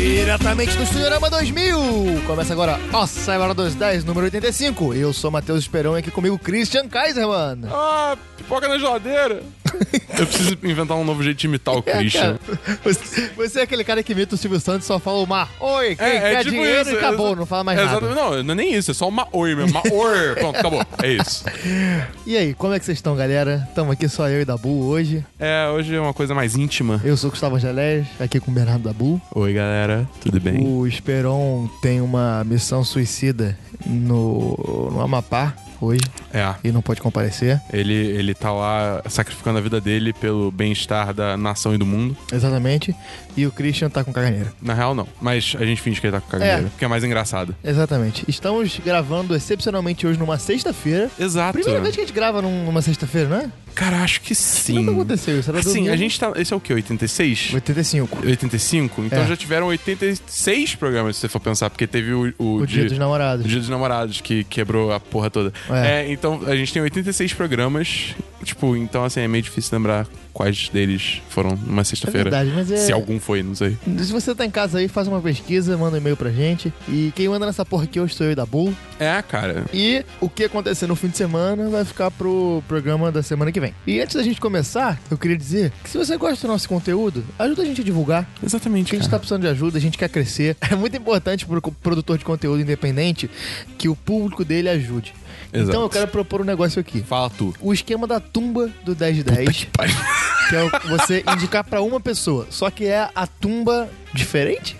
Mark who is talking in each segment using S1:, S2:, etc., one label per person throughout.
S1: diretamente do Studiorama 2000. Começa agora, nossa, é hora dos 10, número 85. Eu sou Matheus Esperão e aqui comigo Christian Kaiserman.
S2: Ah, pipoca na geladeira. Eu preciso inventar um novo jeito de imitar
S1: É,
S2: o Christian.
S1: Você, você é aquele cara que imita o Silvio Santos e só fala o mar. Oi, quem
S2: É, é
S1: quer
S2: tipo
S1: dinheiro
S2: isso,
S1: e acabou,
S2: exa-
S1: não fala mais
S2: É,
S1: nada.
S2: exatamente- Não, não é nem isso, é só uma oi mesmo. Uma or. Pronto, acabou. É isso.
S1: E aí, como é que vocês estão, galera? Estamos aqui só eu e Dabu hoje.
S2: É, hoje é uma coisa mais íntima.
S1: Eu sou Gustavo Angelés, aqui com o Bernardo Dabu.
S2: Oi, galera. Tudo bem?
S1: O Esperon tem uma missão suicida no, no Amapá hoje
S2: É.
S1: e não pode comparecer.
S2: Ele, ele tá lá sacrificando a vida dele pelo bem-estar da nação e do mundo.
S1: Exatamente. E o Christian tá com caganeira.
S2: Na real, não. Mas a gente finge que ele tá com caganeira,
S1: É.
S2: porque é mais engraçado.
S1: Exatamente. Estamos gravando excepcionalmente hoje numa sexta-feira.
S2: Exato.
S1: Primeira vez que a gente grava num- numa sexta-feira, né?
S2: Cara, acho que sim.
S1: Nunca aconteceu isso. é Era
S2: Sim,
S1: domingo.
S2: a gente tá. Esse é o quê? 86?
S1: 85.
S2: 85? Então
S1: É.
S2: já tiveram 86 programas, se você for pensar, porque teve o, o
S1: O dia
S2: de-
S1: dos namorados.
S2: o Dia dos Namorados, que quebrou a porra toda.
S1: É.
S2: É, então a gente tem 86 programas. Tipo, então assim, é meio difícil lembrar quais deles foram numa
S1: É
S2: sexta-feira.
S1: verdade, mas é...
S2: Se algum foi, não sei.
S1: Se você tá em casa aí, faz uma pesquisa, manda um e-mail pra gente. E quem manda nessa porra aqui hoje sou eu e da Bull.
S2: É, cara.
S1: E o que acontecer no fim de semana vai ficar pro programa da semana que vem. E antes da gente começar, eu queria dizer que se você gosta do nosso conteúdo, ajuda a gente a divulgar.
S2: Exatamente.
S1: Porque a gente tá
S2: cara.
S1: precisando de ajuda, a gente quer crescer. É muito importante pro co- produtor de conteúdo independente que o público dele ajude.
S2: Exato.
S1: Então eu quero propor um negócio aqui.
S2: Fala tu.
S1: O esquema da tumba do 10 de 10,
S2: pariu.
S1: que é o- você indicar pra uma pessoa, só que é a tumba diferente?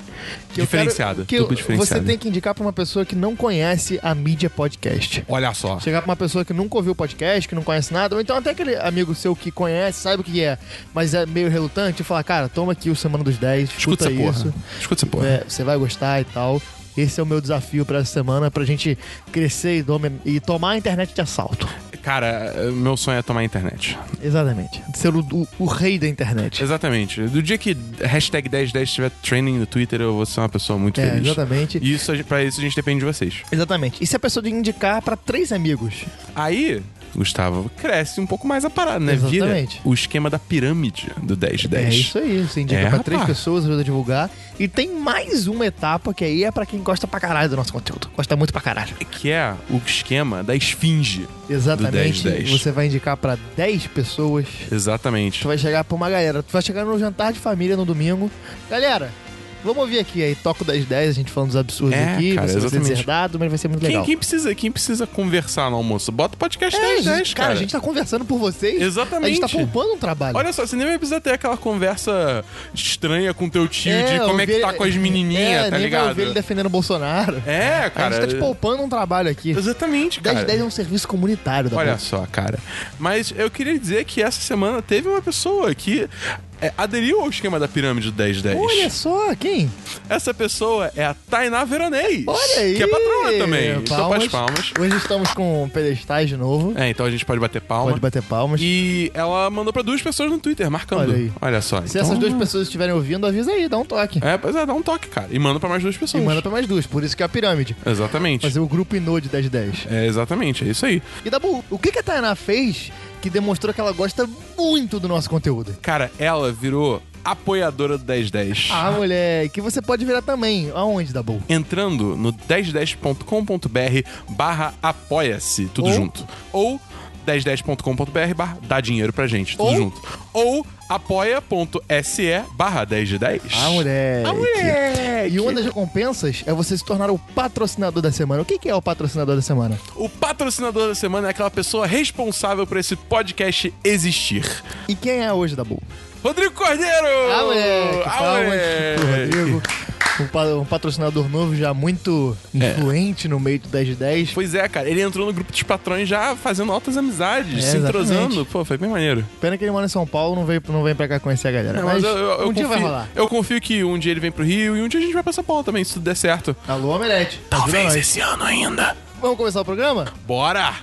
S1: Que eu quero-
S2: Diferenciada,
S1: que eu-
S2: tumba diferenciada.
S1: Você tem que indicar pra uma pessoa que não conhece a mídia podcast.
S2: Olha só.
S1: Chegar pra uma pessoa que nunca ouviu o podcast, que não conhece nada, ou então até aquele amigo seu que conhece, sabe o que é, mas é meio relutante, e falar, cara, toma aqui o Semana dos 10, escuta,
S2: Escuta essa porra.
S1: isso,
S2: Escuta essa porra.
S1: é, você vai gostar e tal. Esse é o meu desafio pra essa semana, pra gente crescer e, domin- e tomar a internet de assalto.
S2: Cara, meu sonho é tomar a internet.
S1: Exatamente. Ser o, o- o rei da internet.
S2: Exatamente. Do dia que hashtag 1010 tiver trending no Twitter, eu vou ser uma pessoa muito
S1: É,
S2: feliz.
S1: exatamente.
S2: E isso, a gente- pra isso a gente depende de vocês.
S1: Exatamente. E se a pessoa de indicar pra três amigos?
S2: Aí, Gustavo, cresce um pouco mais a parada, né?
S1: Exatamente.
S2: Vira o esquema da pirâmide do 10 de 10.
S1: É isso aí. Você indica
S2: É,
S1: pra
S2: rapaz.
S1: três pessoas, ajuda a divulgar. E tem mais uma etapa que aí é pra quem gosta pra caralho do nosso conteúdo. Gosta muito pra caralho.
S2: Que é o esquema da esfinge.
S1: Exatamente.
S2: 10.
S1: Você vai indicar pra 10 pessoas.
S2: Exatamente.
S1: Tu vai chegar pra uma galera. Tu vai chegar no jantar de família no domingo. Galera, vamos ouvir aqui aí. Toco das 10, a gente falando dos absurdos
S2: É,
S1: aqui.
S2: cara,
S1: você vai ser um
S2: exatamente.
S1: deserdado, mas vai ser muito
S2: Quem,
S1: legal.
S2: quem precisa, quem precisa conversar no almoço? Bota o podcast
S1: É,
S2: 10
S1: gente,
S2: 10, cara.
S1: cara, a gente tá conversando por vocês. A
S2: Exatamente.
S1: gente tá poupando um trabalho.
S2: Olha só, você nem vai precisar ter aquela conversa estranha com teu tio de como é que
S1: ovelha-
S2: tá com as menininhas,
S1: é,
S2: tá
S1: nem vai
S2: ligado?
S1: ouvir ele defendendo o Bolsonaro.
S2: É,
S1: a
S2: cara.
S1: gente tá te poupando um trabalho aqui.
S2: Exatamente, cara.
S1: 1010 é um serviço comunitário da
S2: Olha
S1: Bolsa.
S2: só, cara. Mas eu queria dizer que essa semana teve uma pessoa que é, aderiu ao esquema da pirâmide do 1010.
S1: Olha só, quem?
S2: Essa pessoa é a Tainá Veronês.
S1: Olha aí.
S2: Que é patrona também. Então
S1: Palmas.
S2: faz palmas.
S1: Hoje estamos com pedestais de novo.
S2: É, então a gente pode bater palma.
S1: Pode bater palmas.
S2: E ela mandou pra duas pessoas no Twitter, marcando.
S1: Olha aí.
S2: só.
S1: Se
S2: Então-
S1: essas duas pessoas estiverem ouvindo, avisa aí, dá um toque.
S2: É, pois é, dá um toque, cara. E manda pra mais duas
S1: E
S2: pessoas.
S1: manda pra mais duas, por isso que é a pirâmide.
S2: Exatamente.
S1: Fazer o grupo Inô de 1010.
S2: É, exatamente, é isso aí.
S1: E Dabu, o que, que a Tainá fez que demonstrou que ela gosta muito do nosso conteúdo?
S2: Cara, ela virou apoiadora do 1010.
S1: Ah, moleque, que você pode virar também. Aonde, Dabu?
S2: entrando no 1010.com.br barra apoia-se, tudo
S1: Ou-
S2: junto. Ou 1010.com.br barra dá dinheiro pra gente, tudo
S1: Ou-
S2: junto. Ou apoia.se barra 1010.
S1: Ah, moleque.
S2: Ah, moleque!
S1: E uma das recompensas é você se tornar o patrocinador da semana. O que, que é o patrocinador da semana?
S2: O patrocinador da semana é aquela pessoa responsável por esse podcast existir.
S1: E quem é hoje, Dabu?
S2: Rodrigo Cordeiro!
S1: Ah, moleque!
S2: Ah,
S1: Palmas
S2: moleque!
S1: pro Rodrigo. Um, pa- um patrocinador novo já muito
S2: É.
S1: influente no meio do 10 de 10.
S2: Pois é, cara, ele entrou no grupo dos patrões já fazendo altas amizades,
S1: É,
S2: se entrosando.
S1: exatamente.
S2: Pô, foi bem maneiro.
S1: Pena que ele mora em São Paulo, não veio, não vem pra cá conhecer a galera.
S2: É,
S1: mas
S2: mas eu, eu- eu
S1: um dia
S2: confio,
S1: vai rolar.
S2: Eu confio que um dia ele vem pro Rio e um dia a gente vai pra São Paulo também, se tudo der certo.
S1: Alô, Omelete. Ajuda Tá nós.
S2: esse ano ainda.
S1: Vamos começar o programa?
S2: Bora!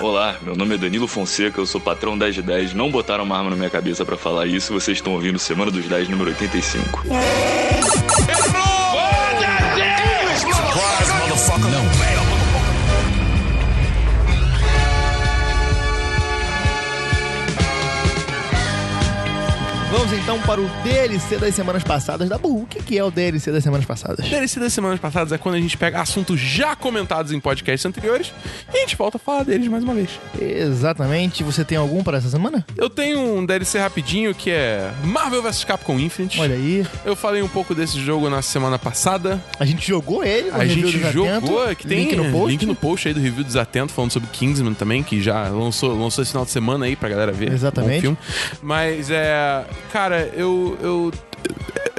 S3: Olá, meu nome é Danilo Fonseca, eu sou patrão 10 de 10. Não botaram uma arma na minha cabeça pra falar isso, vocês estão ouvindo Semana dos 10, número 85.
S1: Vamos então para o DLC das semanas passadas da Burru. O que que é o DLC das semanas passadas?
S2: DLC das semanas passadas é quando a gente pega assuntos já comentados em podcasts anteriores e a gente volta a falar deles mais uma vez.
S1: Exatamente. Você tem algum para essa semana?
S2: Eu tenho um DLC rapidinho que é Marvel vs Capcom Infinite.
S1: Olha aí.
S2: Eu falei um pouco desse jogo na semana passada.
S1: A gente jogou ele no
S2: A
S1: review
S2: gente
S1: do Desatento.
S2: jogou, É que tem
S1: link no post.
S2: link no post aí do review Desatento, falando sobre Kingsman também, que já lançou, lançou esse final de semana aí pra galera ver.
S1: Exatamente.
S2: Bom filme. Mas, é... Cara, eu... eu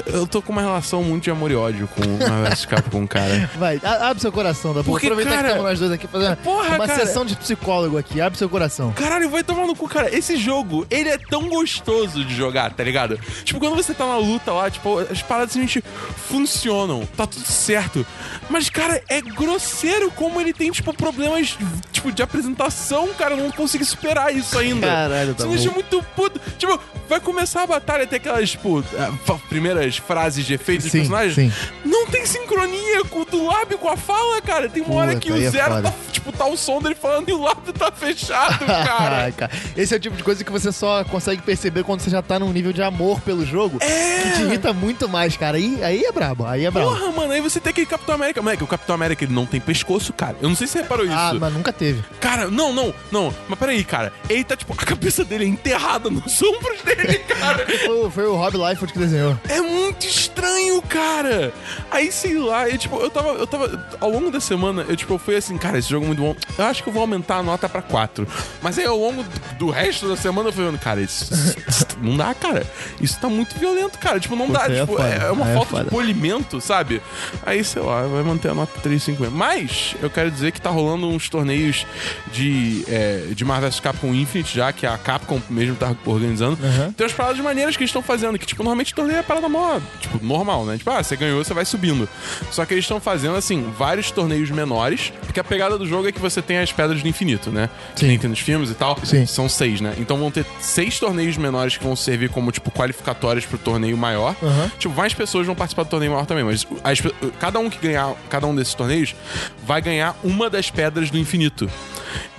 S2: eu tô com uma relação muito de amor e ódio com o Marvel vs Capcom, cara.
S1: Vai, a- abre seu coração, Dabu.
S2: Porque,
S1: Aproveitar
S2: cara,
S1: que estamos nós dois aqui fazendo
S2: porra,
S1: uma
S2: cara.
S1: sessão de psicólogo aqui. Abre seu coração.
S2: Caralho, vai tomar no cu, cara. Esse jogo, ele é tão gostoso de jogar, tá ligado? Tipo, quando você tá na luta lá, tipo, as paradas simplesmente funcionam, tá tudo certo. Mas, cara, é grosseiro como ele tem, tipo, problemas, tipo, de apresentação, cara. Eu não consegui superar isso ainda.
S1: Caralho, tá
S2: Isso me deixa
S1: bom.
S2: muito puto. Tipo, vai começar a batalha, tem aquelas, tipo, ah, fa- primeiras frases de efeito dos
S1: Sim,
S2: personagens.
S1: sim.
S2: Não tem sincronia com o do lábio com a fala, cara. Tem uma hora
S1: Puta,
S2: que o
S1: aí é
S2: Zero
S1: foda.
S2: tá, tipo, tá o som dele falando e o lábio tá fechado, cara.
S1: Ai, cara. Esse é o tipo de coisa que você só consegue perceber quando você já tá num nível de amor pelo jogo. É. Que te irrita muito mais, cara. Aí, aí é brabo, aí é brabo.
S2: Porra, mano, aí você tem aquele Capitão América. Moleque, o Capitão América ele não tem pescoço, cara. Eu não sei se você reparou isso.
S1: Ah, mas nunca teve.
S2: Cara, não, não, não. Mas peraí, cara. Ele tá, tipo, a cabeça dele é enterrada nos ombros dele, cara.
S1: Foi, o- foi o Rob Liefeld que desenhou.
S2: É muito estranho, cara. Aí, sei lá, eu, tipo, eu tava, eu tava. Ao longo da semana, eu, tipo, eu fui assim, cara, esse jogo é muito bom. Eu acho que eu vou aumentar a nota pra 4. Mas aí, ao longo do resto da semana, eu fui vendo, cara, isso, isso não dá, cara. Isso tá muito violento, cara. Tipo, não
S1: Puta,
S2: dá.
S1: aí é
S2: Tipo,
S1: foda,
S2: é, é uma
S1: aí é
S2: falta
S1: foda.
S2: de polimento, sabe? Aí, sei lá, vai manter a nota 3,50. Mas, eu quero dizer que tá rolando uns torneios de, é, de Marvel vs Capcom Infinite, já que a Capcom mesmo tá organizando.
S1: Aham.
S2: Tem umas paradas maneiras que eles estão fazendo, que, tipo, normalmente o torneio é parada mó, tipo, normal, né? Tipo, ah, você ganhou, você vai subindo. Só que eles estão fazendo, assim, vários torneios menores, porque a pegada do jogo é que você tem as pedras do infinito, né? Que nem tem nos filmes e tal.
S1: Sim.
S2: São seis, né? Então vão ter seis torneios menores que vão servir como, tipo, qualificatórias pro torneio maior.
S1: Aham.
S2: Tipo, mais pessoas vão participar do torneio maior também, mas as pe- cada um que ganhar, cada um desses torneios, vai ganhar uma das pedras do infinito.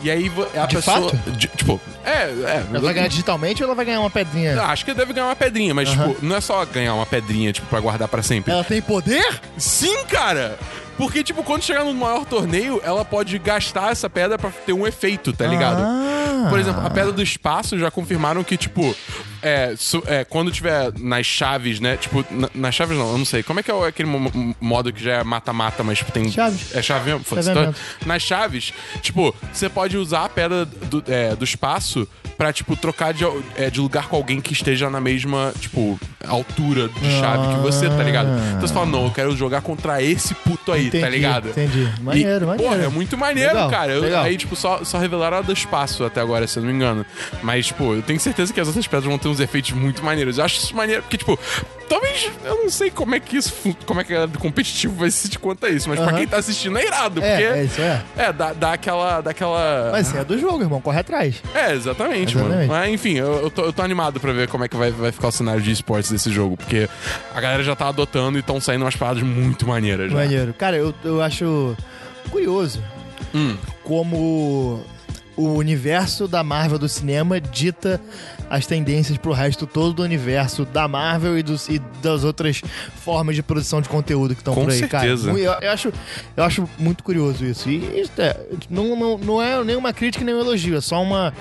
S2: E aí vo- a
S1: De
S2: pessoa.
S1: fato?
S2: de- tipo, é, é.
S1: Ela vai ganhar digitalmente ou ela vai ganhar uma pedrinha?
S2: Ah, Acho que deve ganhar uma pedrinha, mas,
S1: Aham.
S2: tipo, não é só ganhar uma pedrinha, tipo, pra guardar pra sempre.
S1: Ela tem poder?
S2: Sim, cara! Porque, tipo, quando chegar no maior torneio, ela pode gastar essa pedra pra ter um efeito, tá ligado?
S1: Ah.
S2: Por exemplo, a pedra do espaço já confirmaram que, tipo, é, su- é, quando tiver nas chaves, né? Tipo, na- nas chaves não, eu não sei. Como é que é o- aquele mo- mo- modo que já é mata-mata, mas tipo, tem.
S1: Chaves.
S2: É chave mesmo? Foda-se.
S1: Chaveamento.
S2: Então, Nas chaves, tipo, você pode usar a pedra do, é, do espaço pra, tipo, trocar de, al- é, de lugar com alguém que esteja na mesma, tipo, altura de chave que você, tá ligado? Então você fala, não, eu quero jogar contra esse puto aí, tá
S1: Entendi,
S2: ligado?
S1: entendi. Maneiro, maneiro.
S2: Porra, é muito maneiro,
S1: Legal,
S2: cara. Eu-
S1: legal.
S2: Aí, tipo, só, só revelaram a do espaço até agora, se eu não me engano. Mas, tipo, eu tenho certeza que as outras pedras vão ter uns efeitos muito maneiros. Eu acho isso maneiro, porque, tipo, talvez eu não sei como é que isso, fu- como é que a galera do competitivo vai se sentir quanto a isso, mas pra
S1: Aham.
S2: quem tá assistindo é irado,
S1: É,
S2: porque.
S1: é isso, é.
S2: É, dá, dá aquela. Dá aquela...
S1: Mas assim, é do jogo, irmão. Corre atrás.
S2: É, exatamente, mano.
S1: Exatamente.
S2: Mas, enfim, eu, eu tô, eu tô animado pra ver como é que vai, vai ficar o cenário de esportes desse jogo, porque a galera já tá adotando e estão saindo umas paradas muito maneiras. já.
S1: Maneiro. Cara, eu, eu acho curioso
S2: Hum.
S1: como o universo da Marvel do cinema dita as tendências pro resto todo do universo da Marvel e, dos, e das outras formas de produção de conteúdo que estão
S2: Com
S1: por aí,
S2: certeza.
S1: cara. Eu, eu acho, eu acho muito curioso isso. E isso é, não, não, não é nenhuma crítica nem um elogio, é só uma.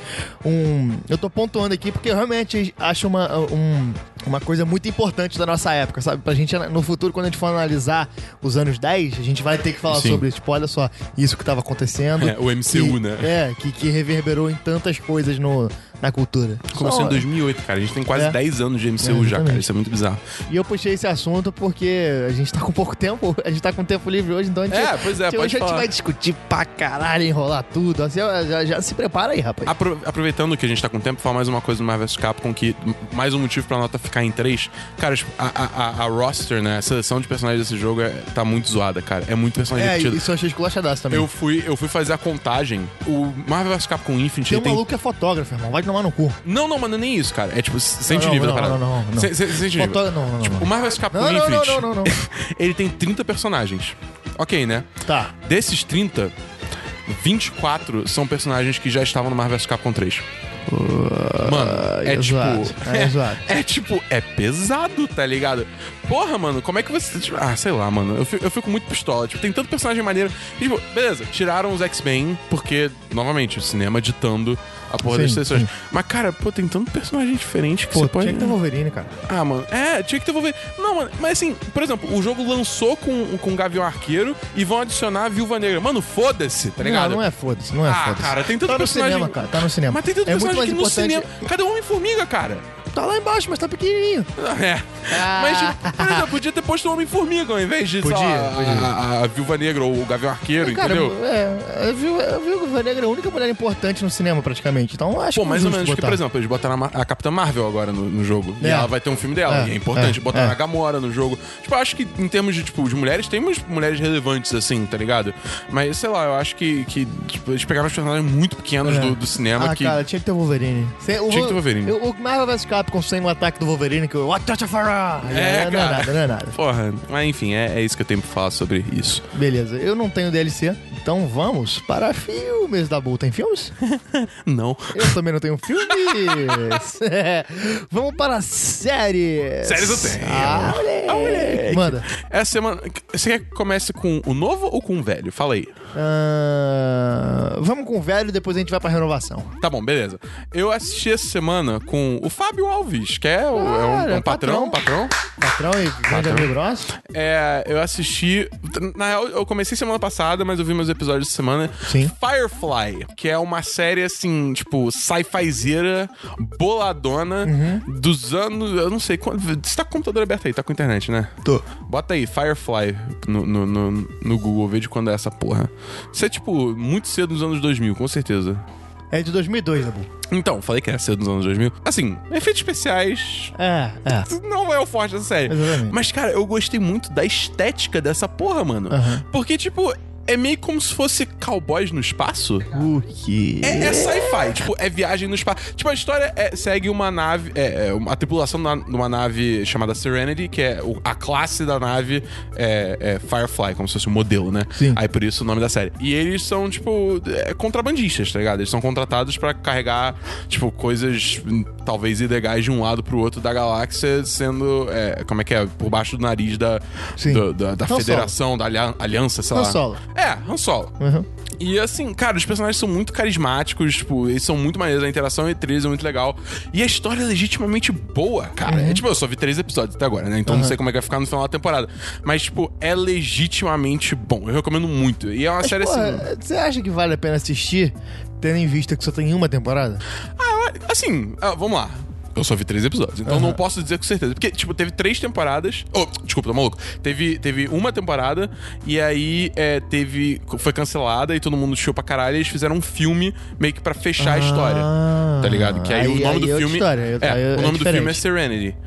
S1: Um, eu tô pontuando aqui porque eu realmente acho uma, um- uma coisa muito importante da nossa época, sabe? Pra gente, no futuro, quando a gente for analisar os anos 10, a gente vai ter que falar
S2: Sim.
S1: sobre isso. Tipo, olha só, isso que tava acontecendo.
S2: É, o MCU,
S1: que-
S2: né?
S1: É, que, que reverberou em tantas coisas no, na cultura.
S2: Começou
S1: Só-
S2: em 2008, cara. A gente tem quase
S1: É.
S2: 10 anos de
S1: É,
S2: MCU já, cara.
S1: exatamente.
S2: Isso é muito bizarro.
S1: E eu puxei esse assunto porque a gente tá com pouco tempo, a gente tá com tempo livre hoje, então a gente,
S2: É, pois é,
S1: hoje
S2: pode
S1: a gente
S2: falar.
S1: vai discutir pra caralho, enrolar tudo. Assim, ó, já, já se prepara aí, rapaz.
S2: Apro- aproveitando que a gente tá com tempo, falar mais uma coisa do Marvel vs Capcom, que mais um motivo pra nota ficar em 3. Cara, tipo, a, a- a- a roster, né? A seleção de personagens desse jogo é- tá muito zoada, cara. É muito personagem
S1: é,
S2: repetido.
S1: isso eu achei esculachadaço também.
S2: Eu fui, eu fui fazer a contagem. O Marvel vs Capcom Infinite
S1: Tem um
S2: ele tem.
S1: maluco que é fotógrafo, irmão. Vai tomar no cu.
S2: Não, não, mano, nem isso, cara. É tipo, sente
S1: Não,
S2: o nível da
S1: não,
S2: parada.
S1: não, não, não, não.
S2: Se- se- Sente o nível.
S1: Fotógrafo. Não, não, não.
S2: O Marvel vs Capcom
S1: Não, não, não, não,
S2: Infinite.
S1: não, não.
S2: ele tem 30 personagens. Ok, né?
S1: Tá.
S2: Desses 30, 24 são personagens que já estavam no Marvel vs Capcom 3. Mano, é
S1: exato,
S2: tipo.
S1: é exato.
S2: É tipo, é pesado, tá ligado? Porra, mano, como é que você. tipo, ah, sei lá, mano. Eu fico, eu fico muito pistola. Tipo, tem tanto personagem maneiro. E, tipo, beleza, tiraram os X-Men, porque, novamente, o cinema ditando a porra das
S1: Sim,
S2: seleções.
S1: sim.
S2: Mas, cara, pô, tem tanto personagem diferente que
S1: Pô,
S2: você
S1: tinha
S2: pode.
S1: que ter Wolverine, cara.
S2: Ah, mano. É, tinha que ter Wolverine. Não, mano, mas assim, por exemplo, o jogo lançou com, com o Gavião Arqueiro e vão adicionar a Viúva Negra. Mano, foda-se, tá ligado?
S1: Não, não é foda-se, não é
S2: ah,
S1: foda-se.
S2: cara, tem tanto
S1: tá no
S2: personagem.
S1: cinema, cara, tá no cinema.
S2: Mas tem tanto
S1: é muito
S2: personagem
S1: mais
S2: que no
S1: importante.
S2: cinema. Cadê o Homem-Formiga, cara?
S1: Tá lá embaixo, mas tá pequenininho.
S2: É. Mas, tipo, por exemplo, podia ter posto o Homem-Formiga ao invés de,
S1: Ah. Podia,
S2: sei lá, a-
S1: podia.
S2: A, a Viúva Negra ou o Gavião Arqueiro,
S1: Cara,
S2: entendeu?
S1: é, eu vi, eu vi o Negra é a única mulher importante no cinema, praticamente. Então eu acho
S2: Pô,
S1: que
S2: mais
S1: é
S2: ou
S1: justo
S2: menos que,
S1: botar.
S2: por exemplo, eles botaram a, Ma- a Capitã Marvel agora no, no jogo. E
S1: É.
S2: ela vai ter um filme dela.
S1: É,
S2: E é importante.
S1: é,
S2: botaram
S1: é.
S2: a Gamora no jogo. Tipo, eu acho que em termos de, tipo, de mulheres, tem umas mulheres relevantes, assim, tá ligado? Mas, sei lá, eu acho que, que tipo, eles pegaram os personagens muito pequenos
S1: É.
S2: do, do cinema
S1: Ah,
S2: que.
S1: cara, tinha que ter o Wolverine. Sem- o
S2: Tinha que
S1: Wo-
S2: ter Wolverine.
S1: O, o Marvel vs Capcom sem o ataque do Wolverine, que o...
S2: É,
S1: É, não é
S2: cara.
S1: nada, não é nada.
S2: Porra, mas enfim, é, é isso que eu tenho pra falar sobre isso.
S1: Beleza, eu não tenho DLC, então vamos para filmes da Bull. Tem filmes?
S2: Não.
S1: Eu também não tenho filmes. É. Vamos para séries.
S2: Séries eu tenho.
S1: Ah, moleque. Manda.
S2: Essa semana. Você quer que comece com o novo ou com o velho? Fala aí.
S1: Ah, vamos com o velho, depois a gente vai pra renovação.
S2: Tá bom, beleza. Eu assisti essa semana com o Fábio Alves, que é, o- é um,
S1: Cara,
S2: é um patrão, patrão.
S1: Patrão e grande amigo nosso.
S2: É, eu assisti. Na real, eu comecei semana passada, mas eu vi meus episódios essa semana.
S1: Sim.
S2: Firefly, que é uma série assim, tipo, sci-fizeira, boladona,
S1: Uhum.
S2: dos anos. Eu não sei. quando- Você tá com o computador aberto aí, tá com a internet, né?
S1: Tô.
S2: Bota aí, Firefly no, no, no, no Google, vê de quando é essa porra. Isso é, tipo, muito cedo nos anos 2000, com certeza.
S1: É de 2002, Dabu.
S2: Então, falei que era cedo nos anos 2000. Assim, efeitos especiais
S1: É, é.
S2: não é o forte dessa série.
S1: Exatamente.
S2: Mas, cara, eu gostei muito da estética dessa porra, mano.
S1: Aham.
S2: Porque, tipo, é meio como se fosse cowboys no espaço.
S1: O que?
S2: É, é sci-fi, tipo, é viagem no espaço. Tipo, a história é- segue uma nave, é, é, uma- a tripulação da- de uma nave chamada Serenity, que é o- a classe da nave é, é Firefly, como se fosse o modelo, né?
S1: Sim.
S2: Aí por isso o nome da série. E eles são, tipo, é, contrabandistas, tá ligado? Eles são contratados pra carregar, tipo, coisas hum, talvez ilegais de um lado pro outro da galáxia, sendo, é, como é que é? Por baixo do nariz da,
S1: Sim.
S2: do- da, da
S1: Han Solo.
S2: federação, da alia- aliança, sei
S1: Han
S2: lá.
S1: Solo.
S2: É, Han Solo.
S1: Uhum.
S2: E assim, cara, os personagens são muito carismáticos, tipo, eles são muito maneiros, a interação entre eles é muito legal. E a história é legitimamente boa, cara. É tipo, eu só vi três episódios até agora, né? Então não sei como é que vai ficar no final da temporada. Mas, tipo, é legitimamente bom. Eu recomendo muito. E é uma série assim.
S1: Porra, você acha que vale a pena assistir, tendo em vista que só tem uma temporada?
S2: Ah, eu- assim, ah, vamos lá. Eu só vi três episódios, então não posso dizer com certeza. Porque, tipo, teve três temporadas. Oh, desculpa, tô maluco. Teve, teve uma temporada, e aí é, teve. Foi cancelada e todo mundo chiou pra caralho. E eles fizeram um filme meio que pra fechar a história.
S1: Ah,
S2: Tá ligado? Que aí, o nome do
S1: é outra
S2: filme.
S1: história,
S2: é,
S1: aí é
S2: o nome do
S1: diferente.
S2: filme é Serenity.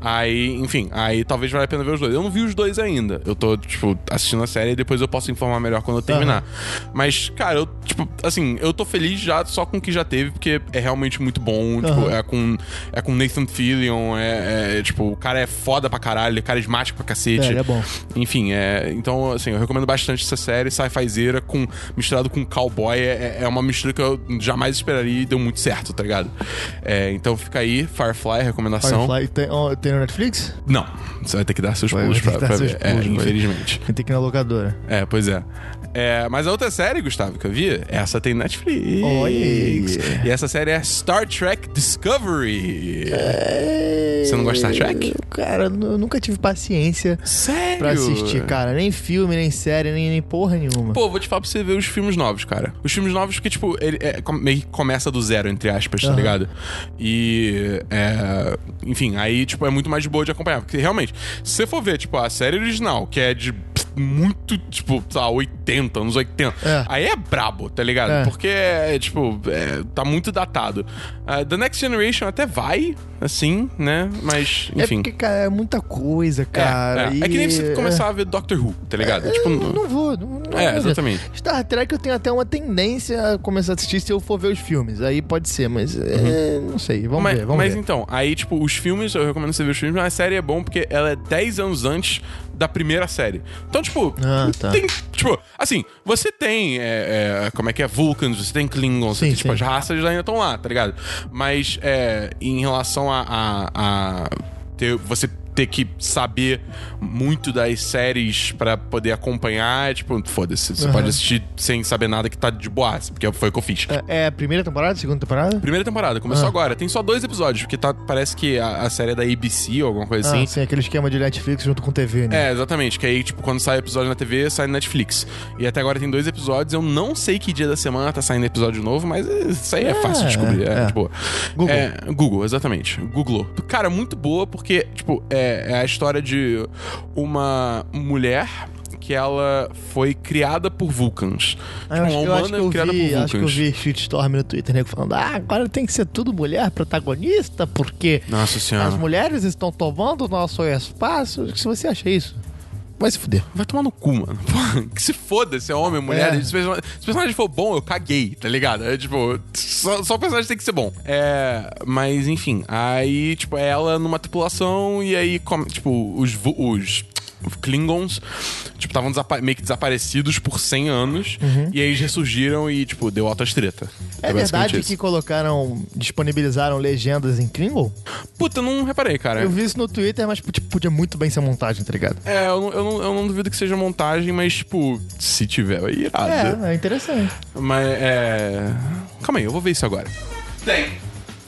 S2: Aí, enfim, aí talvez valha a pena ver os dois. Eu não vi os dois ainda. Eu tô, tipo, assistindo a série e depois eu posso informar melhor quando eu terminar. Mas, cara, eu, tipo, assim, eu tô feliz já só com o que já teve, porque é realmente muito bom. Tipo,
S1: Aham.
S2: é com é com Nathan Fillion, é, é, tipo, o cara é foda pra caralho, ele é carismático pra cacete.
S1: É, ele é bom.
S2: Enfim, é. Então, assim, eu recomendo bastante essa série, sci-fizeira, com, misturado com cowboy. É, é uma mistura que eu jamais esperaria e deu muito certo, tá ligado? É, então fica aí, Firefly, recomendação.
S1: Firefly tem, ó, tem no Netflix?
S2: Não, você vai ter que dar seus
S1: Vai
S2: pulos
S1: ter que
S2: pra,
S1: dar
S2: pra
S1: seus
S2: ver. É,
S1: pulos, né? vai.
S2: infelizmente.
S1: Tem que ir na locadora.
S2: É, pois é. É, Mas a outra série, Gustavo, que eu vi, essa tem Netflix.
S1: Olha aí.
S2: E essa série é Star Trek Discovery.
S1: É.
S2: Você não gosta de Star Trek?
S1: Cara, eu nu- nunca tive paciência
S2: Sério?
S1: pra assistir, cara. Nem filme, nem série, nem, nem porra nenhuma.
S2: Pô, vou te falar pra você ver os filmes novos, cara. Os filmes novos, porque, tipo, ele é, com- meio que começa do zero, entre aspas, tá
S1: Aham.
S2: ligado? E. é, enfim, aí, tipo, é muito mais de boa de acompanhar. Porque, realmente, se você for ver, tipo, a série original, que é de pss, muito, tipo, sei lá, 80, anos 80.
S1: É.
S2: Aí é brabo, tá ligado?
S1: É.
S2: Porque, é, tipo, é, tá muito datado. Ah, The Next Generation até vai, assim, né? Mas,
S1: é
S2: enfim.
S1: porque, cara, é muita coisa, cara.
S2: é, é.
S1: e- É,
S2: É que nem você começar a ver Doctor Who, tá ligado? tipo,
S1: Eu não vou. Não, não
S2: É,
S1: vou.
S2: exatamente.
S1: Star Trek eu tenho até uma tendência a começar a assistir se eu for ver os filmes. Aí pode ser, mas é, não sei. Vamos
S2: mas,
S1: ver, vamos
S2: mas
S1: ver.
S2: então, aí, tipo, os filmes, eu recomendo você ver os filmes, mas a série é bom porque ela é 10 anos antes da primeira série. Então, tipo,
S1: Ah, tá.
S2: tem. Tipo, assim, você tem. é, é, como é que é? Vulcans, você tem Klingons, você
S1: Sim,
S2: tem, tipo,
S1: sim.
S2: as raças ainda estão lá, tá ligado? Mas é, em relação a. a- a ter- você ter que saber muito das séries pra poder acompanhar, é tipo, foda-se. Você
S1: Aham.
S2: pode assistir sem saber nada que tá de boas, porque foi o que eu fiz.
S1: É, é a primeira temporada, segunda temporada?
S2: Primeira temporada, começou
S1: Ah.
S2: agora. Tem só dois episódios, porque tá, parece que a, a série é da ABC ou alguma coisa assim.
S1: Ah, sim, aquele esquema de Netflix junto com TV, né?
S2: É, exatamente. Que aí, tipo, quando sai episódio na TV, sai no Netflix. E até agora tem dois episódios. Eu não sei que dia da semana tá saindo episódio novo, mas eh, isso aí é,
S1: É,
S2: fácil de descobrir. É,
S1: é.
S2: tipo.
S1: Google.
S2: É, Google, exatamente. Google. Cara, muito boa porque, tipo, é, é a história de uma mulher que ela foi criada por Tipo, vulcans.
S1: Ah, eu
S2: um
S1: acho, eu acho que eu vi, acho que eu
S2: Vulcans.
S1: vi shitstorm no Twitter, nego falando, ah, agora tem que ser tudo mulher protagonista, porque
S2: Nossa
S1: as
S2: senhora.
S1: mulheres estão tomando o nosso espaço. Se você acha isso, vai se fuder.
S2: Vai tomar no cu, mano. Porra, que se foda se é homem ou mulher.
S1: É.
S2: Se, o personagem, se o personagem for bom, eu caguei, tá ligado? É tipo, só, só o personagem tem que ser bom. É. Mas enfim, aí, tipo, ela numa tripulação e aí, come- tipo, os. vu- os Klingons, tipo, estavam desapa- meio que desaparecidos por 100 anos. E aí eles ressurgiram e, tipo, deu altas treta.
S1: Uhum. É
S2: basicamente
S1: verdade
S2: isso.
S1: que colocaram, disponibilizaram legendas em Klingon?
S2: Puta, eu não reparei, cara.
S1: Eu vi isso no Twitter, mas tipo, podia muito bem ser montagem, tá ligado?
S2: É, eu não, eu, não, eu não duvido que seja montagem, mas, tipo, se tiver, é irado.
S1: É, é interessante.
S2: Mas é. Calma aí, eu vou ver isso agora. Tem,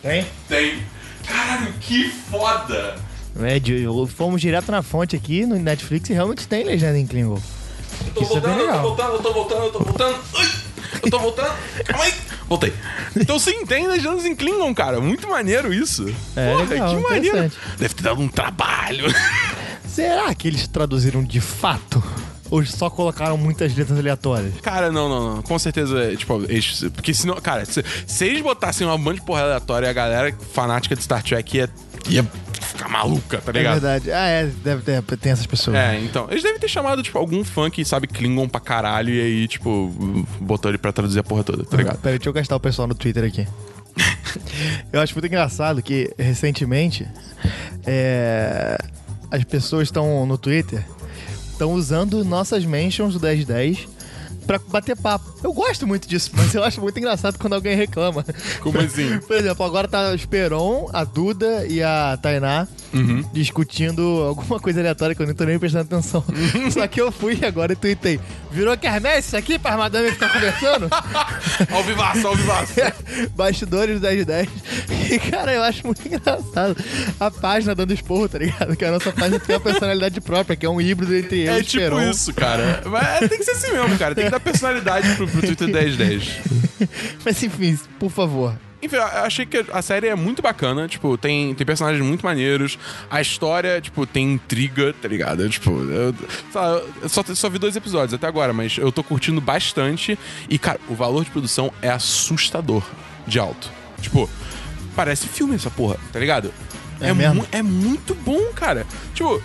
S1: Tem?
S2: tem. Caralho, que foda!
S1: É, de- eu- fomos direto na fonte aqui no Netflix e realmente tem legenda em Klingon.
S2: Tô
S1: Isso é bem
S2: voltando, eu tô
S1: legal.
S2: voltando, eu tô voltando, eu tô voltando. Ai, eu tô voltando. Calma aí. Voltei. Então você entende as lendas em Klingon, cara. Muito maneiro isso.
S1: É, legal,
S2: que maneiro.
S1: interessante.
S2: Deve ter dado um trabalho.
S1: Será que eles traduziram de fato? Ou só colocaram muitas letras aleatórias?
S2: Cara, não, não, não. Com certeza, tipo, eles, porque senão, cara, se, se eles botassem uma banda de porra aleatória, a galera fanática de Star Trek ia, ia ficar maluca, tá
S1: É
S2: ligado?
S1: verdade. Ah, é, deve ter, tem essas pessoas.
S2: É, então. Eles devem ter chamado, tipo, algum fã que sabe Klingon pra caralho e aí, tipo, botou ele pra traduzir a porra toda, tá ligado?
S1: Peraí, deixa eu gastar o pessoal no Twitter aqui. eu acho muito engraçado que, recentemente, é, as pessoas estão no Twitter estão usando nossas mentions do 1010 pra bater papo. Eu gosto muito disso, mas eu acho muito engraçado quando alguém reclama.
S2: Como assim?
S1: Por exemplo, agora tá o Esperon, a Duda e a Tainá
S2: Uhum.
S1: discutindo alguma coisa aleatória que eu nem tô nem prestando atenção. Só que eu fui agora e tuitei. Virou quermesse isso aqui pra madame ficar conversando?
S2: ao vivaço, ao vivaço.
S1: Bastidores do 1010. E, cara, eu acho muito engraçado. A página dando esporro, tá ligado? Que a nossa página tem uma personalidade própria, que é um híbrido entre eu e
S2: É
S1: o
S2: tipo
S1: Esperon.
S2: isso, cara. Mas tem que ser assim mesmo, cara. Tem que dar personalidade pro, pro Twitter 1010.
S1: Mas enfim, por favor.
S2: Enfim, eu achei que a série é muito bacana. Tipo, tem, tem personagens muito maneiros. A história, tipo, tem intriga, tá ligado? Tipo, eu, sei lá, eu só, só vi dois episódios até agora, mas eu tô curtindo bastante. E, cara, o valor de produção é assustador de alto. Tipo, parece filme essa porra, tá ligado?
S1: É mesmo?
S2: mu- é muito bom, cara. Tipo,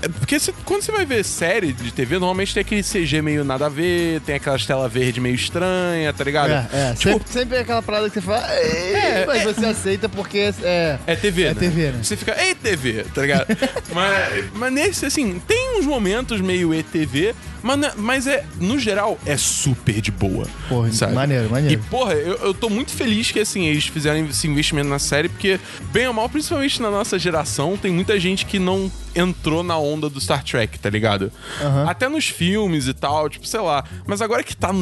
S2: é Porque você- quando você vai ver série de TV, normalmente tem aquele CG meio nada a ver, tem aquelas telas verde meio estranha, tá ligado?
S1: É, é.
S2: Tipo,
S1: sempre, sempre é aquela parada que você fala, "Ei",
S2: É,
S1: mas
S2: é.
S1: você aceita porque é.
S2: É TV,
S1: É
S2: né?
S1: TV, né?
S2: Você fica, ei, TV, tá ligado? mas, mas nesse, assim, tem uns momentos meio ETV, mas, na- mas é, no geral, é super de boa.
S1: Porra, maneiro, maneiro.
S2: E, porra, eu, eu tô muito feliz que, assim, eles fizeram esse investimento na série, porque, bem ou mal, principalmente na nossa geração, tem muita gente que não entrou na onda do Star Trek, tá ligado?
S1: Aham.
S2: Até nos filmes e tal, tipo, sei lá. Mas agora que tá no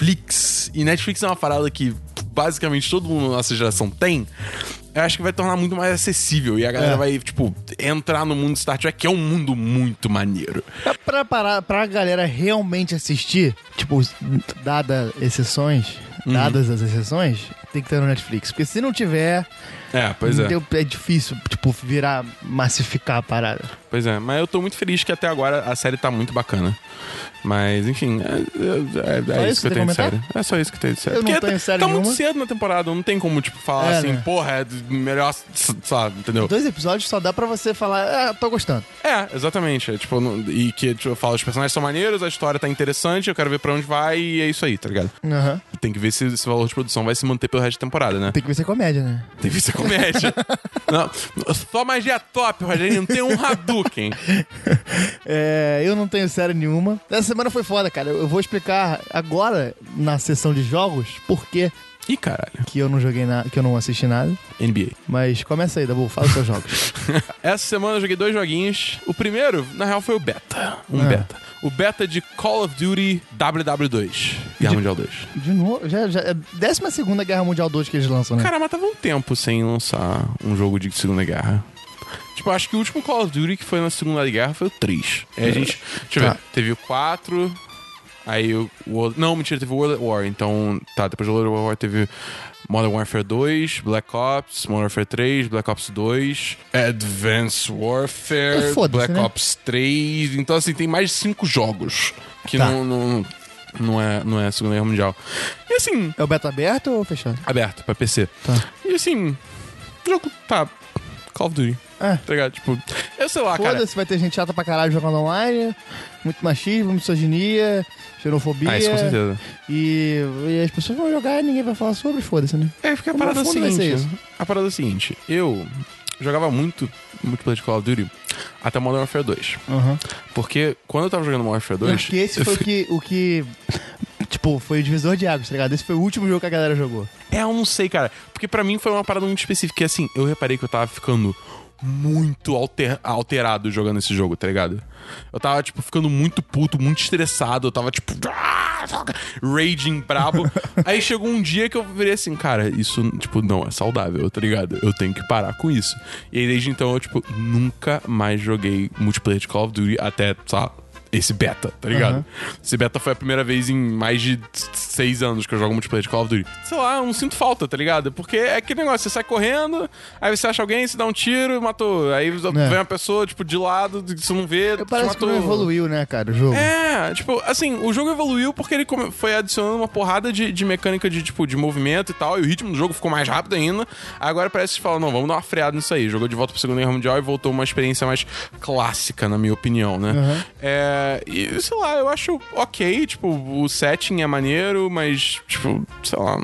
S2: Netflix, e Netflix é uma parada que basicamente todo mundo na nossa geração tem, eu acho que vai tornar muito mais acessível. E a galera
S1: É.
S2: vai, tipo, entrar no mundo Star Trek, que é um mundo muito maneiro.
S1: Pra, pra, parar- pra galera realmente assistir, tipo, dada exceções,
S2: Uhum.
S1: dadas as exceções, tem que ter no Netflix. Porque se não tiver,
S2: É, pois é.
S1: deu- é difícil, tipo, virar, massificar a parada.
S2: Pois é, mas eu tô muito feliz que até agora a série tá muito bacana. Mas, enfim, é, é- é-
S1: Só
S2: é isso
S1: isso
S2: que eu
S1: que
S2: tenho de
S1: tem a
S2: série. É só isso que eu tenho de série.
S1: Eu não
S2: Porque
S1: tenho
S2: tá-
S1: série
S2: Tá muito
S1: nenhuma.
S2: cedo na temporada, não tem como, tipo, falar
S1: É,
S2: assim,
S1: né?
S2: porra, é do- melhor, s- sabe, entendeu?
S1: Dois episódios só dá pra você falar, ah, tô gostando.
S2: É, exatamente. É, tipo, não- e que tipo, eu falo, os personagens são maneiros, a história tá interessante, eu quero ver pra onde vai e é isso aí, tá ligado?
S1: Aham.
S2: Tem que ver se esse valor de produção vai se manter pelo resto da temporada, né?
S1: Tem que ver se é comédia, né?
S2: Tem que ver se é comédia. Não, só magia top, Rogério. Não tem um Hadouken.
S1: É, eu não tenho série nenhuma. Essa semana foi foda, cara. Eu vou explicar agora, na sessão de jogos, por que
S2: Ih, caralho.
S1: que eu não joguei nada, que eu não assisti nada.
S2: NBA.
S1: Mas começa aí, Dabu, fala os seus jogos.
S2: Essa semana eu joguei dois joguinhos. O primeiro, na real, foi o beta. Um
S1: Ah.
S2: beta. O beta de Call of Duty WW2. Guerra Mundial 2.
S1: De novo, já, já, é 12 Guerra Mundial 2 que eles lançam, né?
S2: Cara, mas tava um tempo sem lançar um jogo de Segunda Guerra. Tipo, acho que o último Call of Duty que foi na Segunda Guerra foi o 3. Aí a gente. Deixa eu
S1: Tá.
S2: ver. Teve o 4. Aí o. World- não, mentira, teve o World at War. Então, tá, depois do World at War teve Modern Warfare 2, Black Ops, Modern Warfare 3, Black Ops 2, Advanced Warfare,
S1: É, foda-se,
S2: Black
S1: né?
S2: Ops 3. Então, assim, tem mais de 5 jogos que
S1: Tá.
S2: não, não, não, é, não é a Segunda Guerra Mundial. E assim,
S1: É o beta aberto ou fechado?
S2: aberto pra PC.
S1: Tá.
S2: E assim, o jogo tá. Call of Duty.
S1: É.
S2: Tá ligado? Tipo, eu sei lá, cara.
S1: Foda-se, vai ter gente chata pra caralho jogando online. Muito machismo, misoginia, xenofobia.
S2: Ah, isso com certeza.
S1: E, e as pessoas vão jogar e ninguém vai falar sobre, foda-se, né?
S2: É, porque a
S1: No
S2: parada é a
S1: fundo vai ser
S2: seguinte. A parada é a seguinte. Eu jogava muito multiplayer de Call of Duty até Modern Warfare 2.
S1: Aham.
S2: Porque quando eu tava jogando Modern Warfare 2.
S1: Porque esse
S2: eu
S1: foi o
S2: fui-
S1: que, o que. Tipo, foi o divisor de águas, tá ligado? Esse foi o último jogo que a galera jogou.
S2: É, eu não sei, cara. Porque pra mim foi uma parada muito específica. Que assim, eu reparei que eu tava ficando muito alter- alterado jogando esse jogo, tá ligado? Eu tava, tipo, ficando muito puto, muito estressado. Eu tava, tipo, "Ah, droga", raging brabo. Aí chegou um dia que eu virei assim, cara, isso, tipo, não é saudável, tá ligado? Eu tenho que parar com isso. E aí, desde então, eu, tipo, nunca mais joguei multiplayer de Call of Duty até, sabe? Esse beta, tá ligado?
S1: Aham.
S2: Esse beta foi a primeira vez em mais de seis anos que eu jogo multiplayer de Call of Duty. Sei lá, eu não sinto falta, tá ligado? Porque é aquele negócio, você sai correndo, aí você acha alguém, você dá um tiro e matou. Aí vem uma pessoa, tipo, de lado, que você não vê, te
S1: Parece que
S2: matou.
S1: não evoluiu, né, cara, o jogo.
S2: É, tipo, assim, o jogo evoluiu porque ele come- foi adicionando uma porrada de, de mecânica de, tipo, de movimento e tal, e o ritmo do jogo ficou mais rápido ainda. Agora parece que fala, não, vamos dar uma freada nisso aí. Jogou de volta pro Segunda Guerra Mundial e voltou uma experiência mais clássica, na minha opinião, né?
S1: Uhum.
S2: É, e, sei lá, eu acho ok, tipo, o setting é maneiro, mas, tipo, sei lá.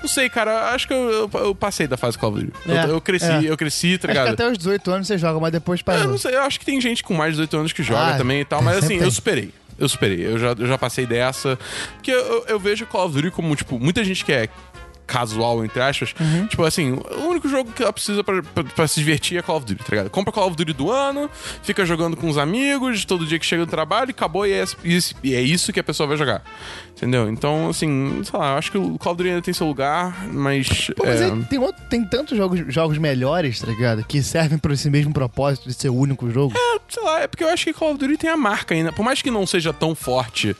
S2: Não sei, cara, acho que eu, eu- eu passei da fase Call of Duty.
S1: É,
S2: Eu, eu cresci,
S1: é.
S2: eu cresci, tá
S1: Acho
S2: ligado?
S1: que até os 18 anos você joga, mas depois
S2: Eu
S1: parou.
S2: não sei, eu acho que tem gente com mais de 18 anos que joga
S1: Ah,
S2: também e tal, mas
S1: sempre
S2: assim,
S1: tem.
S2: eu superei. Eu superei, eu já, eu já passei dessa. Porque eu- eu, eu vejo Call of Duty como, tipo, muita gente que é casual, entre aspas.
S1: Uhum.
S2: Tipo assim, o único jogo que ela precisa pra, pra- pra se divertir é Call of Duty, tá ligado? Compra Call of Duty do ano, fica jogando com os amigos, todo dia que chega do trabalho, acabou e é, isso- e é isso que a pessoa vai jogar. Entendeu? Então, assim, sei lá, eu acho que o Call of Duty ainda tem seu lugar, mas.
S1: Pô, mas
S2: é,
S1: aí tem, outro- tem tantos jogos, jogos melhores, tá ligado? Que servem pra esse mesmo propósito de ser o único jogo.
S2: sei lá, é porque eu acho que Call of Duty tem a marca ainda. Por mais que não seja tão forte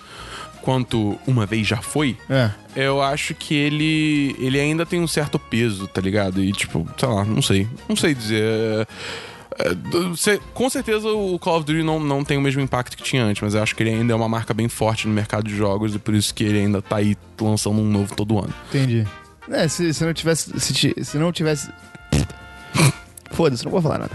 S2: quanto uma vez já foi,
S1: É.
S2: eu acho que ele ele ainda tem um certo peso, tá ligado? E tipo, sei lá, não sei. Não sei dizer. É, é, do- cê- com certeza o Call of Duty não, não tem o mesmo impacto que tinha antes, mas eu acho que ele ainda é uma marca bem forte no mercado de jogos e por isso que ele ainda tá aí lançando um novo todo ano.
S1: Entendi. É, se, se não tivesse. Se, ti- se não tivesse. Foda-se, não vou falar nada.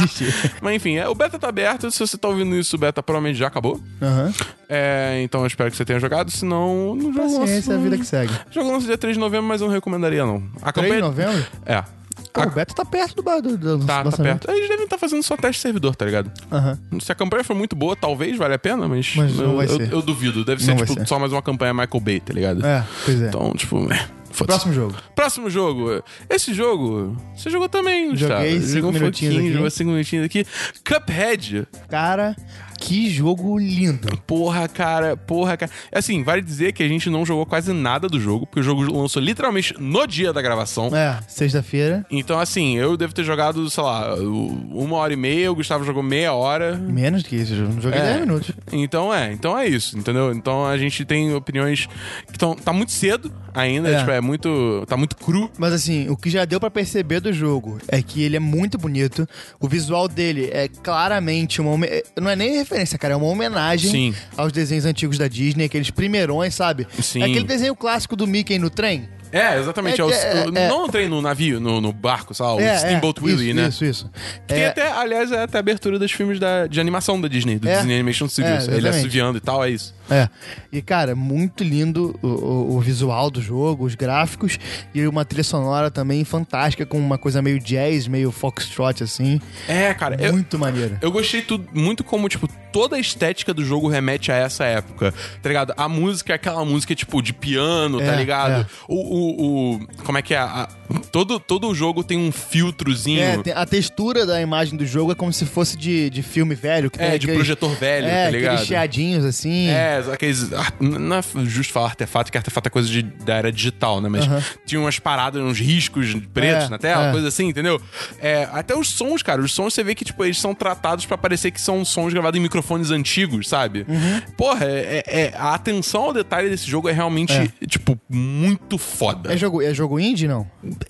S1: Desisti.
S2: Mas enfim, é, o beta tá aberto. Se você tá ouvindo isso, o beta provavelmente já acabou.
S1: Aham.
S2: É, então eu espero que você tenha jogado, senão não jogo
S1: Paciência, é a
S2: não-
S1: vida que segue.
S2: O jogo lança dia 3 de novembro, mas eu não recomendaria, não. A
S1: 3 de
S2: campanha.
S1: novembro?
S2: É.
S1: Pô,
S2: A-
S1: o Beto tá perto do, ba- do, do
S2: Tá, tá
S1: lançamento.
S2: perto. Eles devem estar fazendo só teste de servidor, tá ligado?
S1: Aham.
S2: Se a campanha for muito boa, talvez valha a pena, mas.
S1: Mas não
S2: eu,
S1: vai
S2: eu-
S1: ser.
S2: eu duvido. Deve ser,
S1: Não vai
S2: tipo,
S1: ser.
S2: só mais uma campanha Michael Bay, tá ligado?
S1: É, pois é.
S2: Então, tipo, é. Foda-se.
S1: Próximo jogo.
S2: Próximo jogo. Esse jogo, você jogou também, Gustavo.
S1: Joguei cinco
S2: Jogou um
S1: minutinhos
S2: pouquinho,
S1: aqui.
S2: Jogou cinco minutinhos aqui. Cuphead.
S1: Cara, que jogo lindo.
S2: Porra, cara, porra, cara. Assim, vale dizer que a gente não jogou quase nada do jogo, porque o jogo lançou literalmente no dia da gravação.
S1: É, sexta-feira,
S2: Então, assim, eu devo ter jogado, sei lá, u- uma hora e meia, o Gustavo jogou meia hora.
S1: menos que isso, eu não joguei
S2: É.
S1: 10 minutos.
S2: Então é, então é isso, entendeu? Então a gente tem opiniões que tão, tá muito cedo ainda,
S1: É.
S2: tipo, é muito. tá muito cru.
S1: Mas assim, o que já deu pra perceber do jogo é que ele é muito bonito. O visual dele é claramente uma. home- Não é nem referência, cara, é uma homenagem
S2: Sim.
S1: aos desenhos antigos da Disney, aqueles primeirões, sabe?
S2: Sim.
S1: É aquele desenho clássico do Mickey no trem.
S2: É, exatamente.
S1: É,
S2: é o-
S1: é,
S2: o-
S1: é.
S2: não entrei no navio, no, no barco, sei lá, o
S1: é,
S2: Steamboat
S1: é,
S2: Willie,
S1: isso,
S2: né?
S1: Isso, isso.
S2: Tem
S1: É,
S2: até, aliás, é até a abertura dos filmes da, de animação da Disney, do
S1: É.
S2: Disney Animation Studios.
S1: É,
S2: Ele
S1: exatamente.
S2: assoviando e tal, é isso.
S1: É. E, cara, muito lindo o, o- o visual do jogo, os gráficos e uma trilha sonora também fantástica, com uma coisa meio jazz, meio foxtrot, assim.
S2: É, cara, eu,
S1: muito maneiro.
S2: eu gostei tudo, muito como, tipo, toda a estética do jogo remete a essa época, tá ligado? A música é aquela música, tipo, de piano, tá
S1: É,
S2: ligado?
S1: é.
S2: O, o, o- Como é que é? A- todo, todo jogo tem um filtrozinho.
S1: É, tem- a textura da imagem do jogo é como se fosse de, de filme velho. Que
S2: É,
S1: tem
S2: de projetor velho,
S1: é,
S2: tá ligado?
S1: Aqueles chiadinhos, assim.
S2: É, aqueles. ar- Não é justo falar artefato, que artefato é coisa de- da era digital, né? Mas tinha umas paradas, uns riscos pretos
S1: É,
S2: na tela,
S1: é.
S2: coisa assim, entendeu? É, até os sons, cara, os sons você vê que, tipo, eles são tratados pra parecer que são sons gravados em microfones antigos, sabe?
S1: Uhum.
S2: Porra, é, é- é- a atenção ao detalhe desse jogo é realmente, tipo, muito foda.
S1: É jogo, é jogo indie, não?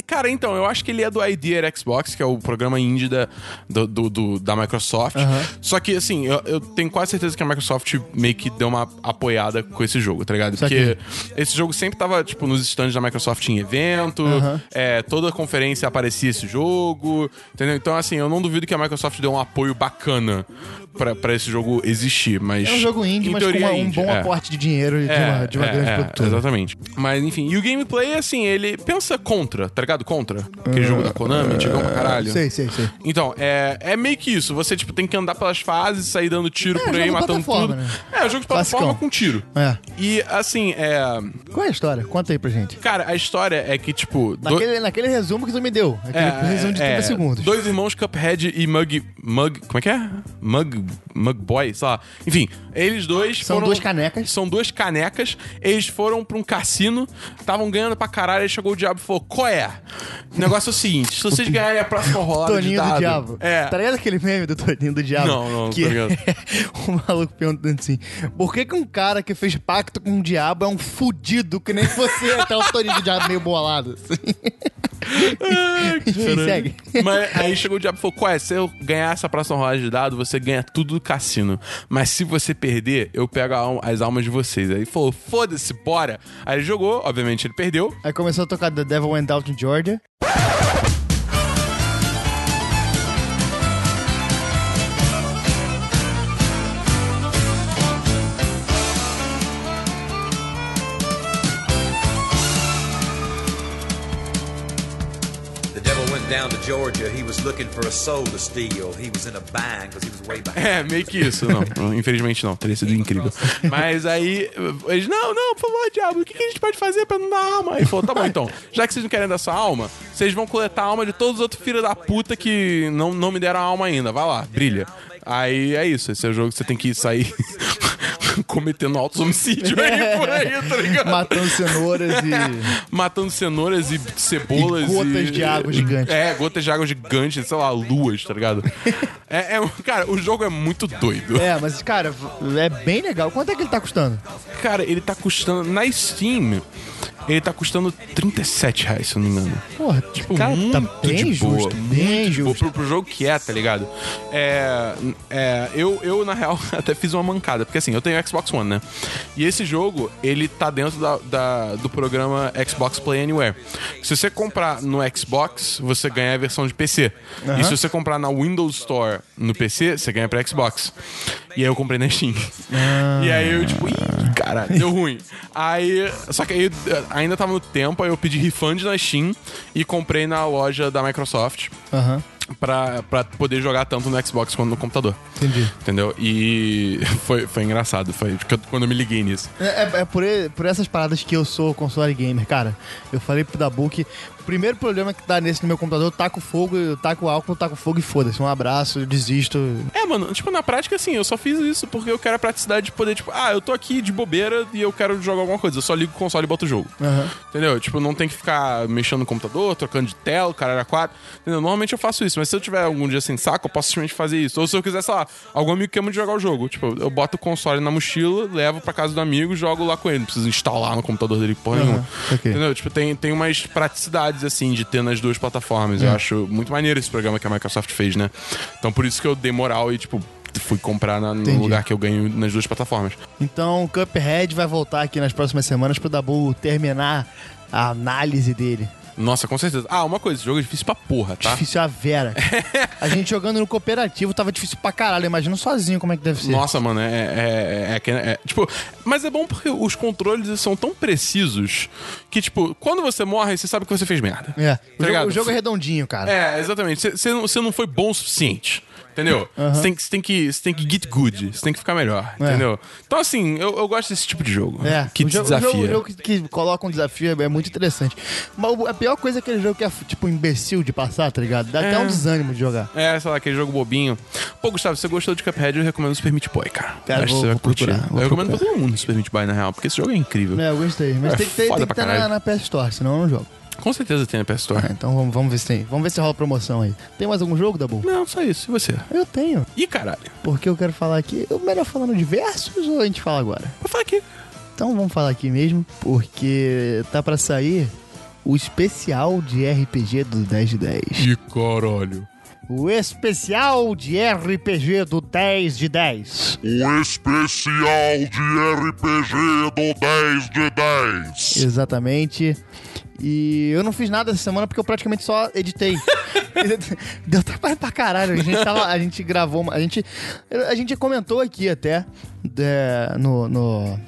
S2: Cara, então, eu acho que ele é do Idea Xbox, que é o programa indie da, do- do- do- da Microsoft. Só que, assim, eu, eu tenho quase certeza que a Microsoft meio que deu uma apoiada com esse jogo, tá ligado? Porque esse jogo sempre tava, tipo, nos stands da Microsoft em evento, é, toda conferência aparecia esse jogo, entendeu? Então, assim, eu não duvido que a Microsoft deu um apoio bacana pra, pra esse jogo existir, mas...
S1: É um jogo indie,
S2: em
S1: mas com
S2: teoria
S1: uma-
S2: é
S1: um
S2: indie,
S1: bom
S2: é.
S1: aporte de dinheiro de uma, de uma grande produtora.
S2: Exatamente. Mas enfim, e o gameplay, assim, ele pensa contra, tá ligado? Contra. Aquele jogo da Konami, antigão pra caralho.
S1: Ah, é, Sei, sei, sei.
S2: Então, é, é meio que isso. Você, tipo, tem que andar pelas fases, sair dando tiro
S1: É,
S2: por
S1: jogo
S2: aí,
S1: de
S2: matando
S1: plataforma,
S2: tudo.
S1: né?
S2: É, um jogo de plataforma
S1: Classicão.
S2: com tiro.
S1: É.
S2: E, assim, é...
S1: Qual é a história? Conta aí pra gente.
S2: Cara, a história é que, tipo... do-
S1: Naquele, naquele resumo que tu me deu. Aquele resumo de 30
S2: é,
S1: segundos.
S2: Dois irmãos Cuphead e Mug. Mug. Como é que é? Mug. Mug Boy, sei lá. Enfim, eles dois.
S1: São
S2: foram-
S1: duas canecas.
S2: São duas canecas. Eles foram pra um cassino, estavam ganhando pra caralho. Aí chegou o diabo e falou: Qual é? O negócio é o seguinte: se vocês ganharem a próxima rolada de
S1: Toninho
S2: dado.
S1: do Diabo.
S2: É.
S1: Tá ligado aquele meme do Toninho do Diabo?
S2: Não, não,
S1: que
S2: tô ligado.
S1: O maluco perguntando assim: por que, que um cara que fez pacto com o diabo é um fudido que nem você? Até o Toninho do Diabo meio bolado. assim. Enfim,
S2: Caralho.
S1: segue.
S2: Mas aí chegou o diabo e falou: Qual é? Se eu ganhar essa próxima rodada de dado, você ganha tudo do cassino. Mas se você perder, eu pego a alma- as almas de vocês. Aí ele falou: Foda-se, bora. Aí ele jogou, obviamente ele perdeu.
S1: Aí começou a tocar The Devil Went Out in Georgia.
S4: The devil went down to Georgia. He was looking for a soul to steal. He was in a bind because he was way behind.
S2: É, meio que isso, não. Infelizmente não, teria sido incrível. Mas aí, eles, não, não, por favor, diabo, o que que a gente pode fazer pra não dar alma? Aí falou, tá bom, então, já que vocês não querem dar sua alma, vocês vão coletar a alma de todos os outros filhos da puta que não, não me deram a alma ainda. Vai lá, brilha. Aí é isso, esse é o jogo que você tem que sair cometendo altos homicídios aí por aí, tá ligado?
S1: Matando cenouras e.
S2: matando cenouras e cebolas.
S1: E gotas de água gigante.
S2: É, gotas de água gigante, sei lá, luas, tá ligado? é, é- cara, o jogo é muito doido.
S1: É, mas, cara, é bem legal. Quanto é que ele tá custando?
S2: Cara, ele tá custando. Na Steam, ele tá custando 37 reais, se eu não me engano.
S1: Porra, cara, tá bem
S2: Tipo, de boa,
S1: justo.
S2: muito
S1: Bem
S2: de boa
S1: justo.
S2: pro, pro jogo que é, tá ligado? É, é, eu, eu, na real, até fiz uma mancada, porque assim, eu tenho Xbox One, né? E esse jogo, ele tá dentro da, da- do programa Xbox Play Anywhere. Se você comprar no Xbox, você ganha a versão de PC. E se você comprar na Windows Store no PC, você ganha pra Xbox. E aí eu comprei na Steam. E aí eu, tipo, ih, cara, deu ruim. Aí, só que aí eh, ainda tava no tempo, aí eu pedi refund na Steam e comprei na loja da Microsoft
S1: Aham,
S2: pra, pra poder jogar tanto no Xbox quanto no computador.
S1: entendi.
S2: Entendeu? E foi, foi engraçado, foi porque eu- quando eu me liguei nisso.
S1: É, é- é por, e- por essas paradas que eu sou console gamer, cara. Eu falei pro Dabu que o primeiro problema que dá nesse no meu computador, eu taco fogo, eu taco álcool, eu taco fogo e foda-se. Um abraço, eu desisto.
S2: É, mano, tipo, na prática, assim, eu só fiz isso porque eu quero a praticidade de poder, tipo, ah, eu tô aqui de bobeira e eu quero jogar alguma coisa. Eu só ligo o console e boto o jogo.
S1: Aham.
S2: Entendeu? Tipo, não tem que ficar mexendo no computador, trocando de tela, o caralho a quatro. Entendeu? Normalmente eu faço isso, mas se eu tiver algum dia sem saco, eu posso simplesmente fazer isso. Ou se eu quiser, sei lá, algum amigo que ama de jogar o jogo. Tipo, eu boto o console na mochila, levo pra casa do amigo e jogo lá com ele. Não preciso instalar no computador dele porra nenhuma.
S1: ok.
S2: Entendeu? Tipo, tem, tem umas praticidades, assim, de ter nas duas plataformas.
S1: É.
S2: Eu acho muito maneiro esse programa que a Microsoft fez, né? Então por isso que eu dei moral e, tipo, fui comprar na- no
S1: Entendi.
S2: lugar que eu ganho nas duas plataformas.
S1: Então o Cuphead vai voltar aqui nas próximas semanas pro Dabu terminar a análise dele.
S2: Nossa, com certeza. Ah, uma coisa, esse jogo é difícil pra porra, tá?
S1: Difícil a Vera. a gente jogando no cooperativo tava difícil pra caralho. Imagina sozinho como é que deve ser.
S2: Nossa, mano, é, é, é, é que- é- Tipo, mas é bom porque os controles são tão precisos que, tipo, quando você morre, você sabe que você fez merda.
S1: É. O
S2: Tá
S1: jogo-
S2: ligado?
S1: o jogo é redondinho, cara.
S2: É, exatamente. Você- Você não, você não foi bom o suficiente. Entendeu? Você tem, que- você tem que você tem que get good, você tem que ficar melhor, entendeu? Então, assim, eu, eu gosto desse tipo de jogo.
S1: É,
S2: Que
S1: o
S2: te
S1: jogo,
S2: desafia.
S1: O jogo, o jogo que, que coloca um desafio é, é muito interessante. Mas o- a pior coisa é aquele jogo que é, tipo, imbecil de passar, tá ligado? Dá até um desânimo de jogar.
S2: É, sei lá, aquele jogo bobinho. Pô, Gustavo, se você gostou de Cuphead, eu recomendo Super Meat Boy, cara.
S1: Cara,
S2: Acho que
S1: vou-
S2: você vai
S1: vou procurar,
S2: curtir.
S1: vou
S2: eu recomendo pra
S1: procurar.
S2: todo mundo Super Meat Boy, na real, porque esse jogo é incrível.
S1: É, eu gostei. Mas
S2: É
S1: tem que ter,
S2: foda
S1: tem que
S2: pra
S1: ter na,
S2: caralho.
S1: na PS Store, senão eu não jogo.
S2: Com certeza tem na PS Store.
S1: É, então vamos, vamos ver se tem. Vamos ver se rola promoção aí. Tem mais algum jogo, Dabu?
S2: Não, só isso. E você?
S1: Eu tenho.
S2: Ih, caralho.
S1: Porque eu quero falar aqui. Eu melhor falando de versos ou a gente fala agora?
S2: Vou falar aqui.
S1: Então vamos falar aqui mesmo, porque tá pra sair o especial de RPG do 10 de 10.
S2: Ih, caralho.
S1: O especial de RPG do 10 de 10.
S5: O especial de RPG do 10 de 10.
S1: Exatamente. E eu não fiz nada essa semana porque eu praticamente só editei. Deu trabalho pra caralho. A gente, tava- a gente gravou. uma- A gente, a gente comentou aqui até é, no- no,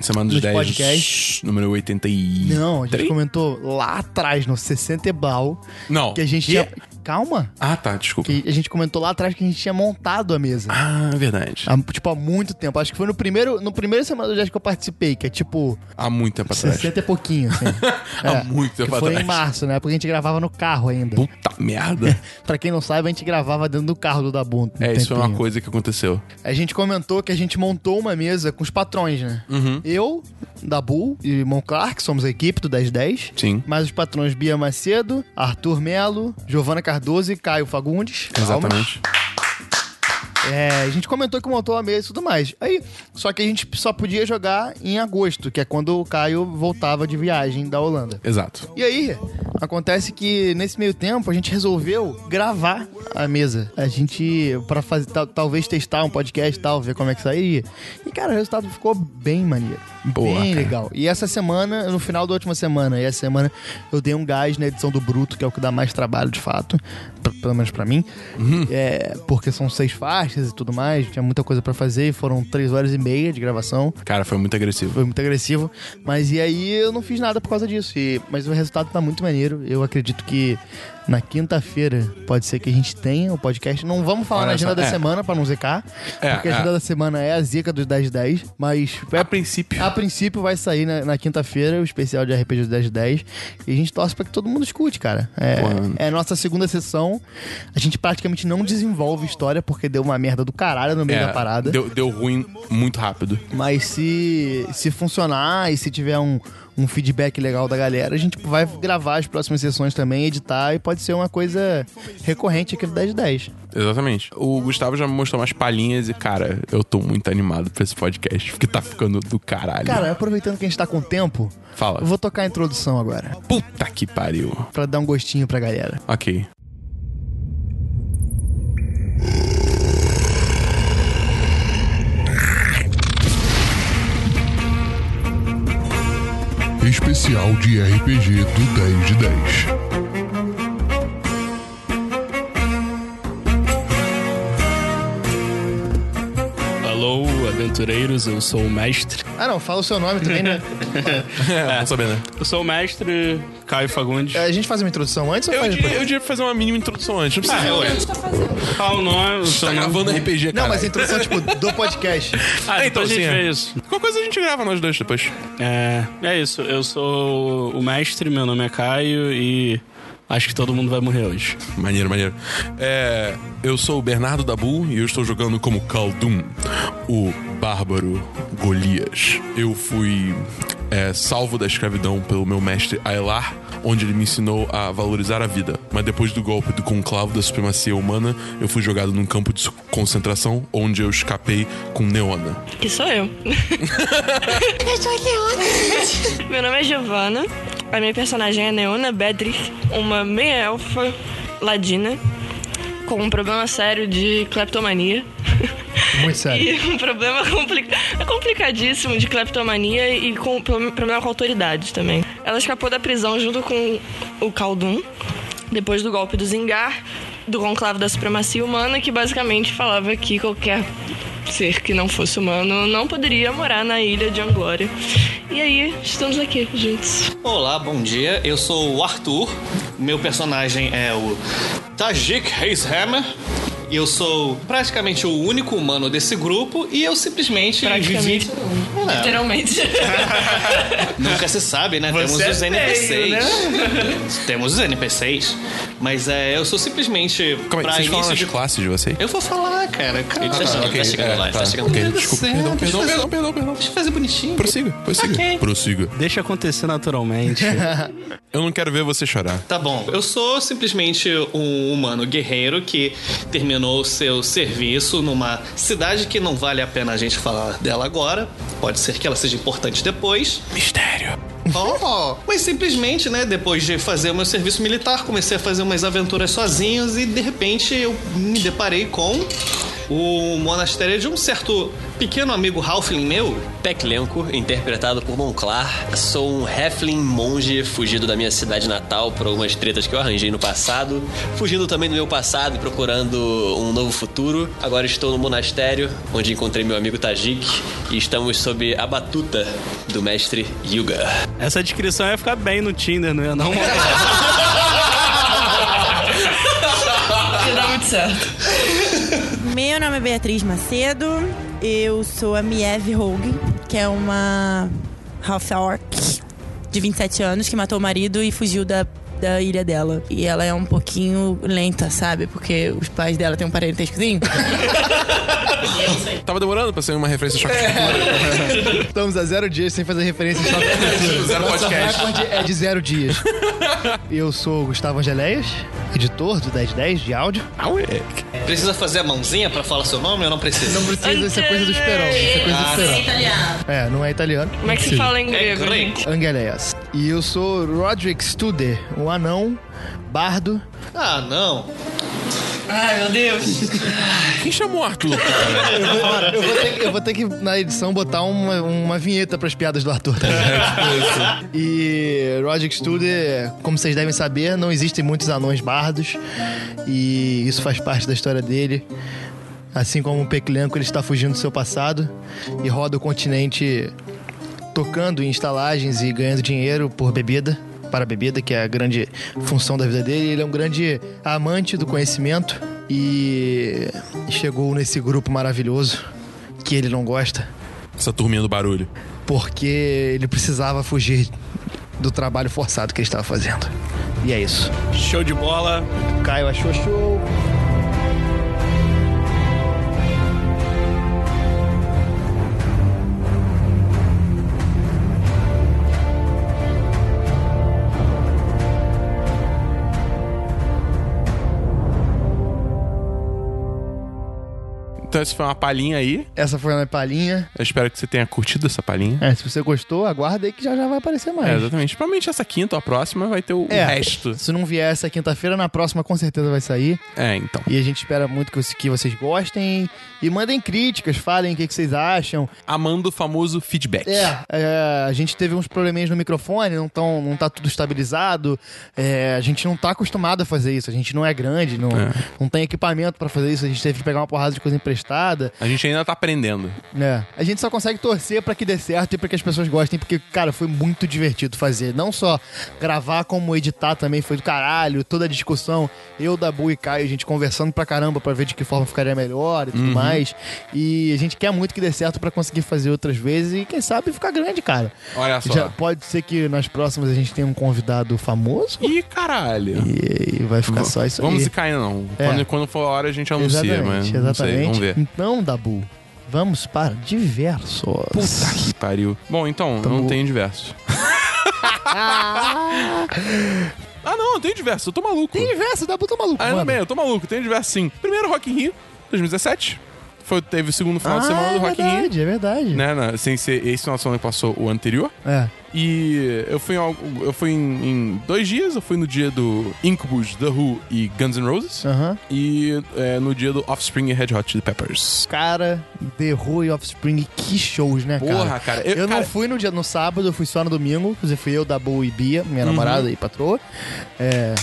S2: Semana dos
S1: Nos
S2: 10.
S1: podcasts.
S2: Número 80 e...
S1: Não, a gente
S2: Três?
S1: comentou lá atrás, no 60 e blau,
S2: Não. é?
S1: que a gente
S2: Quê?
S1: tinha... Calma!
S2: Ah, tá, desculpa.
S1: Que a gente comentou lá atrás que a gente tinha montado a mesa.
S2: Ah, verdade.
S1: Há, tipo, há muito tempo. Acho que foi no primeiro, no primeiro semana do Jazz que eu participei, que é tipo
S2: Há muito tempo atrás.
S1: 60 e pouquinho, assim.
S2: Há muito tempo
S1: que foi
S2: atrás.
S1: em março, né? Porque a gente gravava no carro ainda.
S2: Puta merda.
S1: Pra quem não sabe, a gente gravava dentro do carro do Dabu. um
S2: É, isso foi uma
S1: tempinho.
S2: coisa que aconteceu.
S1: A gente comentou que a gente montou uma mesa com os patrões, né?
S2: Uhum.
S1: Eu, Dabu e Mon Clark, somos a equipe do 1010.
S2: Sim.
S1: Mais os patrões Bia Macedo, Arthur Melo, Giovana Cardoso e Caio Fagundes. Calma.
S2: Exatamente.
S1: É, a gente comentou que montou a mesa e tudo mais. Aí, só que a gente só podia jogar em agosto, que é quando o Caio voltava de viagem da Holanda.
S2: Exato.
S1: E aí, acontece que nesse meio tempo a gente resolveu gravar a mesa. A gente, pra fazer, tal- talvez testar um podcast e tal, ver como é que sairia. E, cara, o resultado ficou bem maneiro.
S2: Boa,
S1: bem
S2: cara.
S1: legal. E essa semana, no final da última semana, e essa semana eu dei um gás na edição do Bruto, que é o que dá mais trabalho de fato, p- pelo menos pra mim.
S2: Uhum.
S1: É, porque são seis faixas e tudo mais, tinha muita coisa pra fazer, e foram três horas e meia de gravação
S2: Cara, foi muito agressivo.
S1: foi muito agressivo. Mas e aí eu não fiz nada por causa disso. E- mas o resultado tá muito maneiro. Eu acredito que na quinta-feira pode ser que a gente tenha o podcast. Não vamos falar
S2: Olha
S1: na agenda
S2: só,
S1: da
S2: é.
S1: semana pra não zecar.
S2: É,
S1: porque a
S2: é.
S1: agenda da semana é a zica dos 10 de 10. Mas é,
S2: A princípio.
S1: a princípio vai sair na, na quinta-feira o especial de RPG do 10 de 10. E a gente torce pra que todo mundo escute, cara. É,
S2: Porra, mano.
S1: é a nossa segunda sessão. A gente praticamente não desenvolve história porque deu uma merda do caralho no meio
S2: É,
S1: da parada.
S2: Deu, deu ruim muito rápido.
S1: Mas se, se funcionar e se tiver um, um feedback legal da galera, a gente vai gravar as próximas sessões também, editar e pode ser uma coisa recorrente aqui do 10 de 10.
S2: Exatamente. O Gustavo já me mostrou umas palhinhas e, cara, eu tô muito animado pra esse podcast, porque tá ficando do caralho.
S1: Cara, aproveitando que a gente tá com tempo,
S2: Fala.
S1: eu vou tocar a introdução agora,
S2: Puta que pariu.
S1: pra dar um gostinho pra galera.
S2: Ok.
S5: Especial de RPG do 10 de 10.
S6: Alô, aventureiros, eu sou o mestre.
S1: Ah não, fala o seu nome também, né?
S2: É, vou saber, né?
S6: Eu sou o mestre Caio Fagundes.
S1: A gente faz uma introdução antes ou
S2: Eu
S1: faz
S2: diria,
S1: depois?
S2: eu diria pra fazer uma mínima introdução antes. Não precisa.
S6: Ah, ué. Qual o nome? O
S2: tá
S6: seu nome?
S2: gravando RPG, cara.
S1: Não, mas a introdução, tipo, do podcast.
S6: Ah,
S2: então
S6: então a gente
S2: sim, é.
S6: vê isso.
S2: Qualquer coisa a gente grava nós dois depois.
S6: É, é isso, eu sou o mestre, meu nome é Caio e acho que todo mundo vai morrer hoje.
S2: Maneiro, maneiro. É, eu sou o Bernardo Dabu e eu estou jogando como Khaldun, o bárbaro Golias. Eu fui é, salvo da escravidão pelo meu mestre Ailar, onde ele me ensinou a valorizar a vida. Mas depois do golpe do conclavo da supremacia humana, eu fui jogado num campo de concentração, onde eu escapei com Neona.
S7: Que sou eu.
S8: Eu sou Leona.
S7: Meu nome é Giovanna. A minha personagem é Neona Bedrick, uma meia-elfa ladina com um problema sério de cleptomania.
S1: Muito sério.
S7: E um é problema complica- complicadíssimo de cleptomania e com pro- problema com autoridade também. Ela escapou da prisão junto com o Khaldun, depois do golpe do Zingar, do conclave da supremacia humana, que basicamente falava que qualquer ser que não fosse humano não poderia morar na ilha de Anglória. E aí, estamos aqui juntos.
S9: Olá, bom dia. Eu sou o Arthur. Meu personagem é o Tajik Hazehammer. Eu sou praticamente o único humano desse grupo e eu simplesmente
S7: Praticamente
S9: vivi.
S7: não.
S6: um.
S9: Não.
S7: Literalmente.
S9: Nunca se sabe, né? Temos
S6: é
S9: os
S6: feio, né?
S9: NPCs. Temos os NPCs. Mas é, eu sou simplesmente.
S2: Como é que
S9: pra
S2: vocês falam
S9: início
S2: nas
S9: de...
S2: classes de vocês?
S9: Eu vou falar, cara. Calma.
S2: Ah,
S9: Tá chegando,
S2: ok,
S9: tá chegando
S2: é,
S9: lá, tá,
S2: tá,
S9: chegando.
S2: ok,
S9: Meu Deus
S2: desculpa,
S9: do
S2: perdão,
S9: céu,
S2: perdão,
S9: deixa eu
S1: tá
S2: perdão, perdão, perdão.
S9: Deixa eu fazer bonitinho.
S2: Prossiga, prossiga,
S9: Ok.
S2: prossiga.
S6: Deixa acontecer naturalmente.
S2: Eu não quero ver você chorar.
S9: Tá bom. Eu sou simplesmente um humano guerreiro que terminou o seu serviço numa cidade que não vale a pena a gente falar dela agora. Pode ser que ela seja importante depois.
S2: Mistério.
S9: Oh, mas simplesmente, né, depois de fazer o meu serviço militar, comecei a fazer umas aventuras sozinhos e de repente eu me deparei com o monastério de um certo pequeno amigo Halfling meu.
S10: Peclenco, interpretado por Monclar. Sou um halfling monge fugido da minha cidade natal por algumas tretas que eu arranjei no passado. Fugindo também do meu passado e procurando um novo futuro. Agora estou no monastério, onde encontrei meu amigo Tajik. E estamos sob a batuta do mestre Yuga.
S6: Essa descrição ia ficar bem no Tinder, não ia não?
S7: Isso dá muito certo.
S11: Meu nome é Beatriz Macedo, eu sou a Mieve Hogue, que é uma half orc de 27 anos que matou o marido e fugiu da, da ilha dela. E ela é um pouquinho lenta, sabe? Porque os pais dela têm um parentescozinho.
S2: Tava demorando pra sair uma referência choque.
S9: É,
S1: Estamos a zero dias sem fazer referência em choque de cultura.
S2: Zero
S1: Nosso
S2: podcast.
S1: recorde é de zero dias. Eu sou o Gustavo Angeléias, editor do 1010 de áudio.
S9: Precisa fazer a mãozinha pra falar seu nome ou não precisa?
S1: Não precisa, isso é coisa do Esperão. Isso é coisa do Esperão.
S11: italiano.
S1: É, não é italiano.
S7: Ah, Como é que se fala em
S9: É
S7: grego,
S9: grego.
S7: gente?
S1: Angeléias. E eu sou Roderick Studer, um anão, bardo.
S9: Ah, não.
S7: Ai, meu Deus.
S2: Quem chamou o Arthur?
S1: Eu vou, eu vou ter, que- eu vou ter que, na edição, botar uma, uma vinheta pras piadas do Arthur. tá ligado? e Roderick Studer, como vocês devem saber, não existem muitos anões bardos. E isso faz parte da história dele. Assim como o Peclenco, ele está fugindo do seu passado e roda o continente tocando em estalagens e ganhando dinheiro por bebida, para bebida, que é a grande função da vida dele. Ele é um grande amante do conhecimento e chegou nesse grupo maravilhoso que ele não gosta,
S2: Essa turminha do barulho.
S1: porque ele precisava fugir do trabalho forçado que ele estava fazendo. E é isso.
S6: Show de bola.
S1: Caio achou show.
S2: Então essa foi uma palhinha aí.
S1: Essa foi a minha palhinha.
S2: Eu espero que você tenha curtido essa palhinha.
S1: É, se você gostou, aguarda aí que já já vai aparecer mais.
S2: É, exatamente. Provavelmente essa quinta ou a próxima vai ter o, o
S1: É.
S2: resto.
S1: Se não vier essa quinta-feira, na próxima com certeza vai sair.
S2: É, então.
S1: E a gente espera muito que, você- que vocês gostem. E mandem críticas, falem o que, que vocês acham.
S2: Amando o famoso feedback.
S1: É, é, a gente teve uns probleminhas no microfone, não, tão, não tá tudo estabilizado. É, a gente não tá acostumado a fazer isso. A gente não é grande, não, não tem equipamento pra fazer isso. A gente teve que pegar uma porrada de coisa emprestada.
S2: A gente ainda tá aprendendo.
S1: É. A gente só consegue torcer pra que dê certo e pra que as pessoas gostem, porque, cara, foi muito divertido fazer. Não só gravar, como editar também foi do caralho, toda a discussão. Eu, Dabu e Caio, a gente conversando pra caramba pra ver de que forma ficaria melhor e
S2: Uhum.
S1: tudo mais. E a gente quer muito que dê certo pra conseguir fazer outras vezes e, quem sabe, ficar grande, cara.
S2: Olha só.
S1: Já pode ser que nas próximas a gente tenha um convidado famoso
S2: Ih, caralho.
S1: e, e vai ficar é só isso
S2: Vamos
S1: aí.
S2: zicar ainda não.
S1: É.
S2: Quando, quando for a hora a gente anuncia,
S1: exatamente,
S2: mas não
S1: exatamente.
S2: sei, vamos ver.
S1: Então, Dabu, vamos para diversos.
S2: Puta que pariu. Bom, então, eu não tenho diverso. ah, não, eu tenho diverso, eu tô maluco.
S1: Tem diversos, Dabu tá maluco.
S2: Ah, eu
S1: manda.
S2: também, eu tô maluco, tenho diverso sim. Primeiro Rock in Rio, 2017. foi, teve o segundo final de semana do Rock in
S1: é
S2: Rio.
S1: verdade, é verdade.
S2: Né, na- sem ser esse final de semana que passou, o anterior.
S1: É.
S2: E eu fui, em, algo- eu fui em, em dois dias. Eu fui no dia do Incubus, The Who e Guns N' Roses.
S1: Aham.
S2: E é, no dia do Offspring e Red Hot Chili Peppers.
S1: Cara, The Who e Offspring, que shows, né, cara?
S2: Porra, cara, eu-
S1: Eu,
S2: cara-
S1: não fui no dia no sábado, eu fui só no domingo. Quer dizer, fui eu, Dabu e Bia, minha
S2: Uhum.
S1: namorada e patroa. É.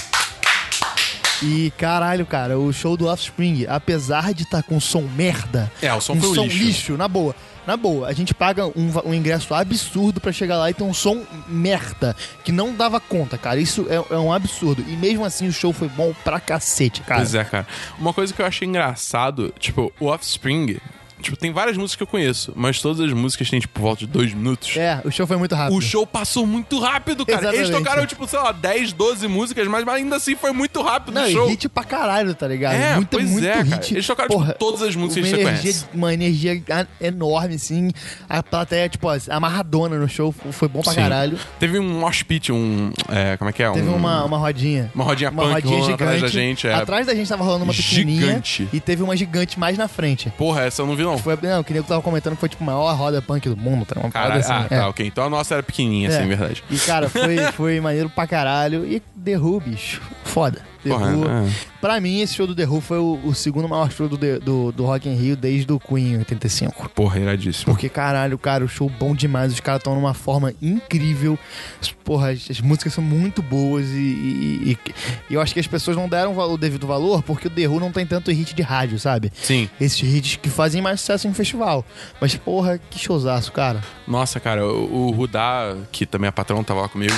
S1: E caralho, cara, o show do Offspring, apesar de estar com som merda.
S2: É, o som
S1: um
S2: foi o
S1: som
S2: lixo.
S1: na boa. Na boa, a gente paga um, va- um ingresso absurdo pra chegar lá e ter um som merda, que não dava conta, cara. Isso é, é um absurdo. E mesmo assim o show foi bom pra cacete, cara.
S2: Pois é, cara. Uma coisa que eu achei engraçado, tipo, o Offspring. Tipo, tem várias músicas que eu conheço, mas todas as músicas têm, tipo, volta de dois minutos.
S1: É, o show foi muito rápido.
S2: O show passou muito rápido, cara. Eles
S1: Exatamente.
S2: tocaram, tipo, sei lá, 10, 12 músicas, mas ainda assim foi muito rápido
S1: Não,
S2: o
S1: e
S2: show.
S1: hit pra caralho, tá ligado?
S2: É,
S1: muito,
S2: pois
S1: muito
S2: é, cara.
S1: hit.
S2: Eles tocaram, tipo, todas as músicas
S1: uma
S2: que você
S1: energia,
S2: conhece.
S1: Uma energia a- enorme, assim. A plateia, tipo, ó, amarradona no show. f- Foi bom pra
S2: Sim.
S1: caralho.
S2: Teve um mosh pit, um. é, como é que é?
S1: Teve
S2: um...
S1: uma, uma rodinha.
S2: Uma rodinha
S1: Uma
S2: punk
S1: rodinha
S2: rolando
S1: gigante.
S2: atrás da gente, é.
S1: Atrás da gente tava rolando uma pequenininha.
S2: Gigante.
S1: E teve uma gigante mais na frente.
S2: Porra, essa eu não vi, não.
S1: Foi, não, que nem eu tava comentando, foi tipo a maior roda punk do mundo. Tá? Uma
S2: Cara,
S1: parada assim.
S2: ah,
S1: é.
S2: tá, ok. Então a nossa era pequenininha, assim,
S1: É.
S2: verdade.
S1: E, cara, foi, foi maneiro pra caralho. E The Who, bicho. Foda. The
S2: Porra,
S1: Who.
S2: é.
S1: Pra mim, esse show do The Who foi o, o segundo maior show do, The- do, do Rock in Rio desde o Queen em 85.
S2: Porra, iradíssimo.
S1: Porque, caralho, cara, o show bom demais. Os caras estão numa forma incrível. As- Porra, as, as músicas são muito boas e, e- e- e eu acho que as pessoas não deram o devido valor porque o The Who não tem tanto hit de rádio, sabe?
S2: Sim.
S1: Esses hits que fazem mais sucesso em festival. Mas, porra, que showzaço, cara.
S2: Nossa, cara, o o Rudá, que também é patrão, tava lá comigo.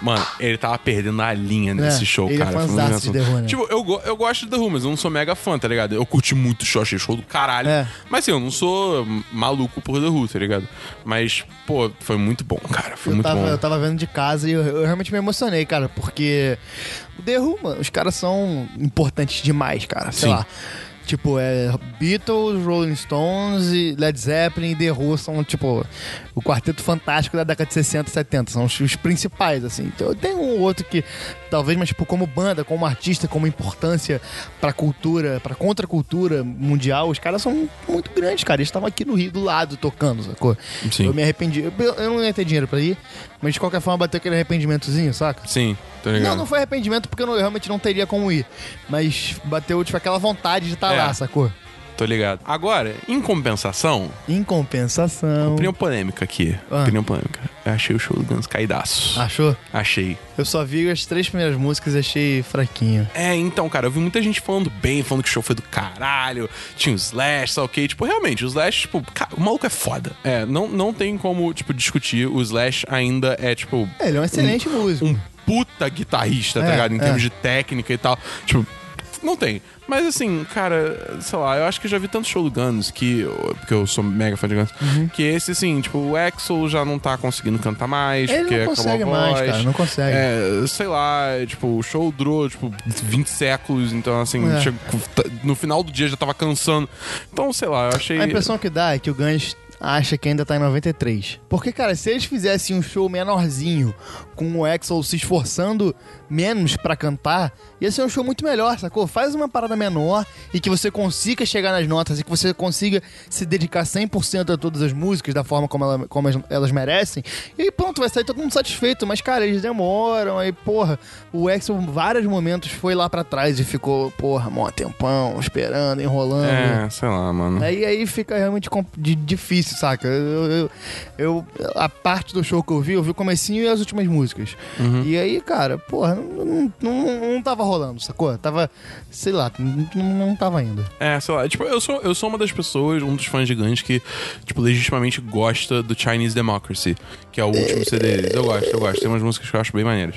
S2: Mano, ele tava perdendo a linha nesse
S1: É,
S2: show,
S1: ele é
S2: cara. Foi muito
S1: fãzaço de
S2: engraçado.
S1: The Who, né?
S2: Tipo, eu, go- eu gosto de The Who, mas eu não sou mega fã, tá ligado? Eu curti muito o show, achei show do caralho.
S1: É.
S2: Mas assim, eu não sou maluco por The Who, tá ligado? Mas, pô, foi muito bom, cara. Foi
S1: eu
S2: muito
S1: tava,
S2: bom.
S1: eu tava vendo de casa e eu, eu realmente me emocionei, cara, porque o Derruba, os caras são importantes demais, cara. Sei
S2: Sim.
S1: lá. Tipo, é Beatles, Rolling Stones, e Led Zeppelin e The Who são, tipo, o quarteto fantástico da década de 60 e 70. São os, os principais, assim. Então, tem um outro que, talvez, mas, tipo, como banda, como artista, como importância pra cultura, pra contracultura mundial, os caras são muito grandes, cara. Eles estavam aqui no Rio do lado tocando, sacou?
S2: Sim.
S1: Eu me arrependi. Eu, eu não ia ter dinheiro pra ir, mas de qualquer forma bateu aquele arrependimentozinho, saca?
S2: Sim, tá ligado?
S1: Não, não foi arrependimento porque eu, não- eu realmente não teria como ir. Mas bateu, tipo, aquela vontade de estar
S2: É.
S1: lá, sacou?
S2: Tô ligado. Agora, em compensação,
S1: Em compensação.
S2: opinião polêmica aqui.
S1: Ah.
S2: Opinião polêmica. Eu achei o show do Guns caidaço.
S1: Achou?
S2: Achei.
S1: Eu só vi as três primeiras músicas e achei fraquinho.
S2: É, então, cara, eu vi muita gente falando bem, falando que o show foi do caralho, tinha o Slash, sabe o quê? Tipo, realmente, o Slash, tipo, cara, o maluco é foda. É, não, não tem como, tipo, discutir. O Slash ainda é, tipo.
S1: É, ele é um excelente músico.
S2: Um puta guitarrista, tá
S1: É,
S2: ligado? Em
S1: é.
S2: termos de técnica e tal. Tipo. Não tem. Mas assim, cara, sei lá, eu acho que eu já vi tanto show do Guns que. Porque eu sou mega fã de Guns.
S1: Uhum.
S2: Que esse, assim, tipo, o Axel já não tá conseguindo cantar mais.
S1: Ele
S2: porque
S1: não
S2: acabou a
S1: consegue mais,
S2: voz.
S1: cara, não consegue.
S2: É, é, sei lá, é, tipo, o show durou, tipo, 20 séculos, então, assim,
S1: É.
S2: chegou- t- no final do dia já tava cansando. Então, sei lá, eu achei.
S1: A impressão que dá é que o Guns acha que ainda tá em 93. Porque, cara, se eles fizessem um show menorzinho, com o Axel se esforçando menos pra cantar, ia ser um show muito melhor, sacou? Faz uma parada menor e que você consiga chegar nas notas e que você consiga se dedicar 100% a todas as músicas da forma como, ela- como as- elas merecem. E aí, pronto, vai sair todo mundo satisfeito. Mas, cara, eles demoram. Aí, porra, o Axel, em vários momentos, foi lá pra trás e ficou, porra, mó tempão, esperando, enrolando.
S2: É, sei lá, mano.
S1: Aí, aí fica realmente com- di- difícil, saca? Eu, eu- eu- a parte do show que eu vi, eu vi o comecinho e as últimas músicas.
S2: Uhum.
S1: E aí, cara, porra, não, não, não, não tava rolando, sacou? Tava, sei lá, não, não- não tava ainda.
S2: É, sei lá, tipo, eu sou, eu sou uma das pessoas, um dos fãs de Guns que, tipo, legitimamente gosta do Chinese Democracy, que é o último CD deles. Eu gosto, eu gosto. Tem umas músicas que eu acho bem maneiras.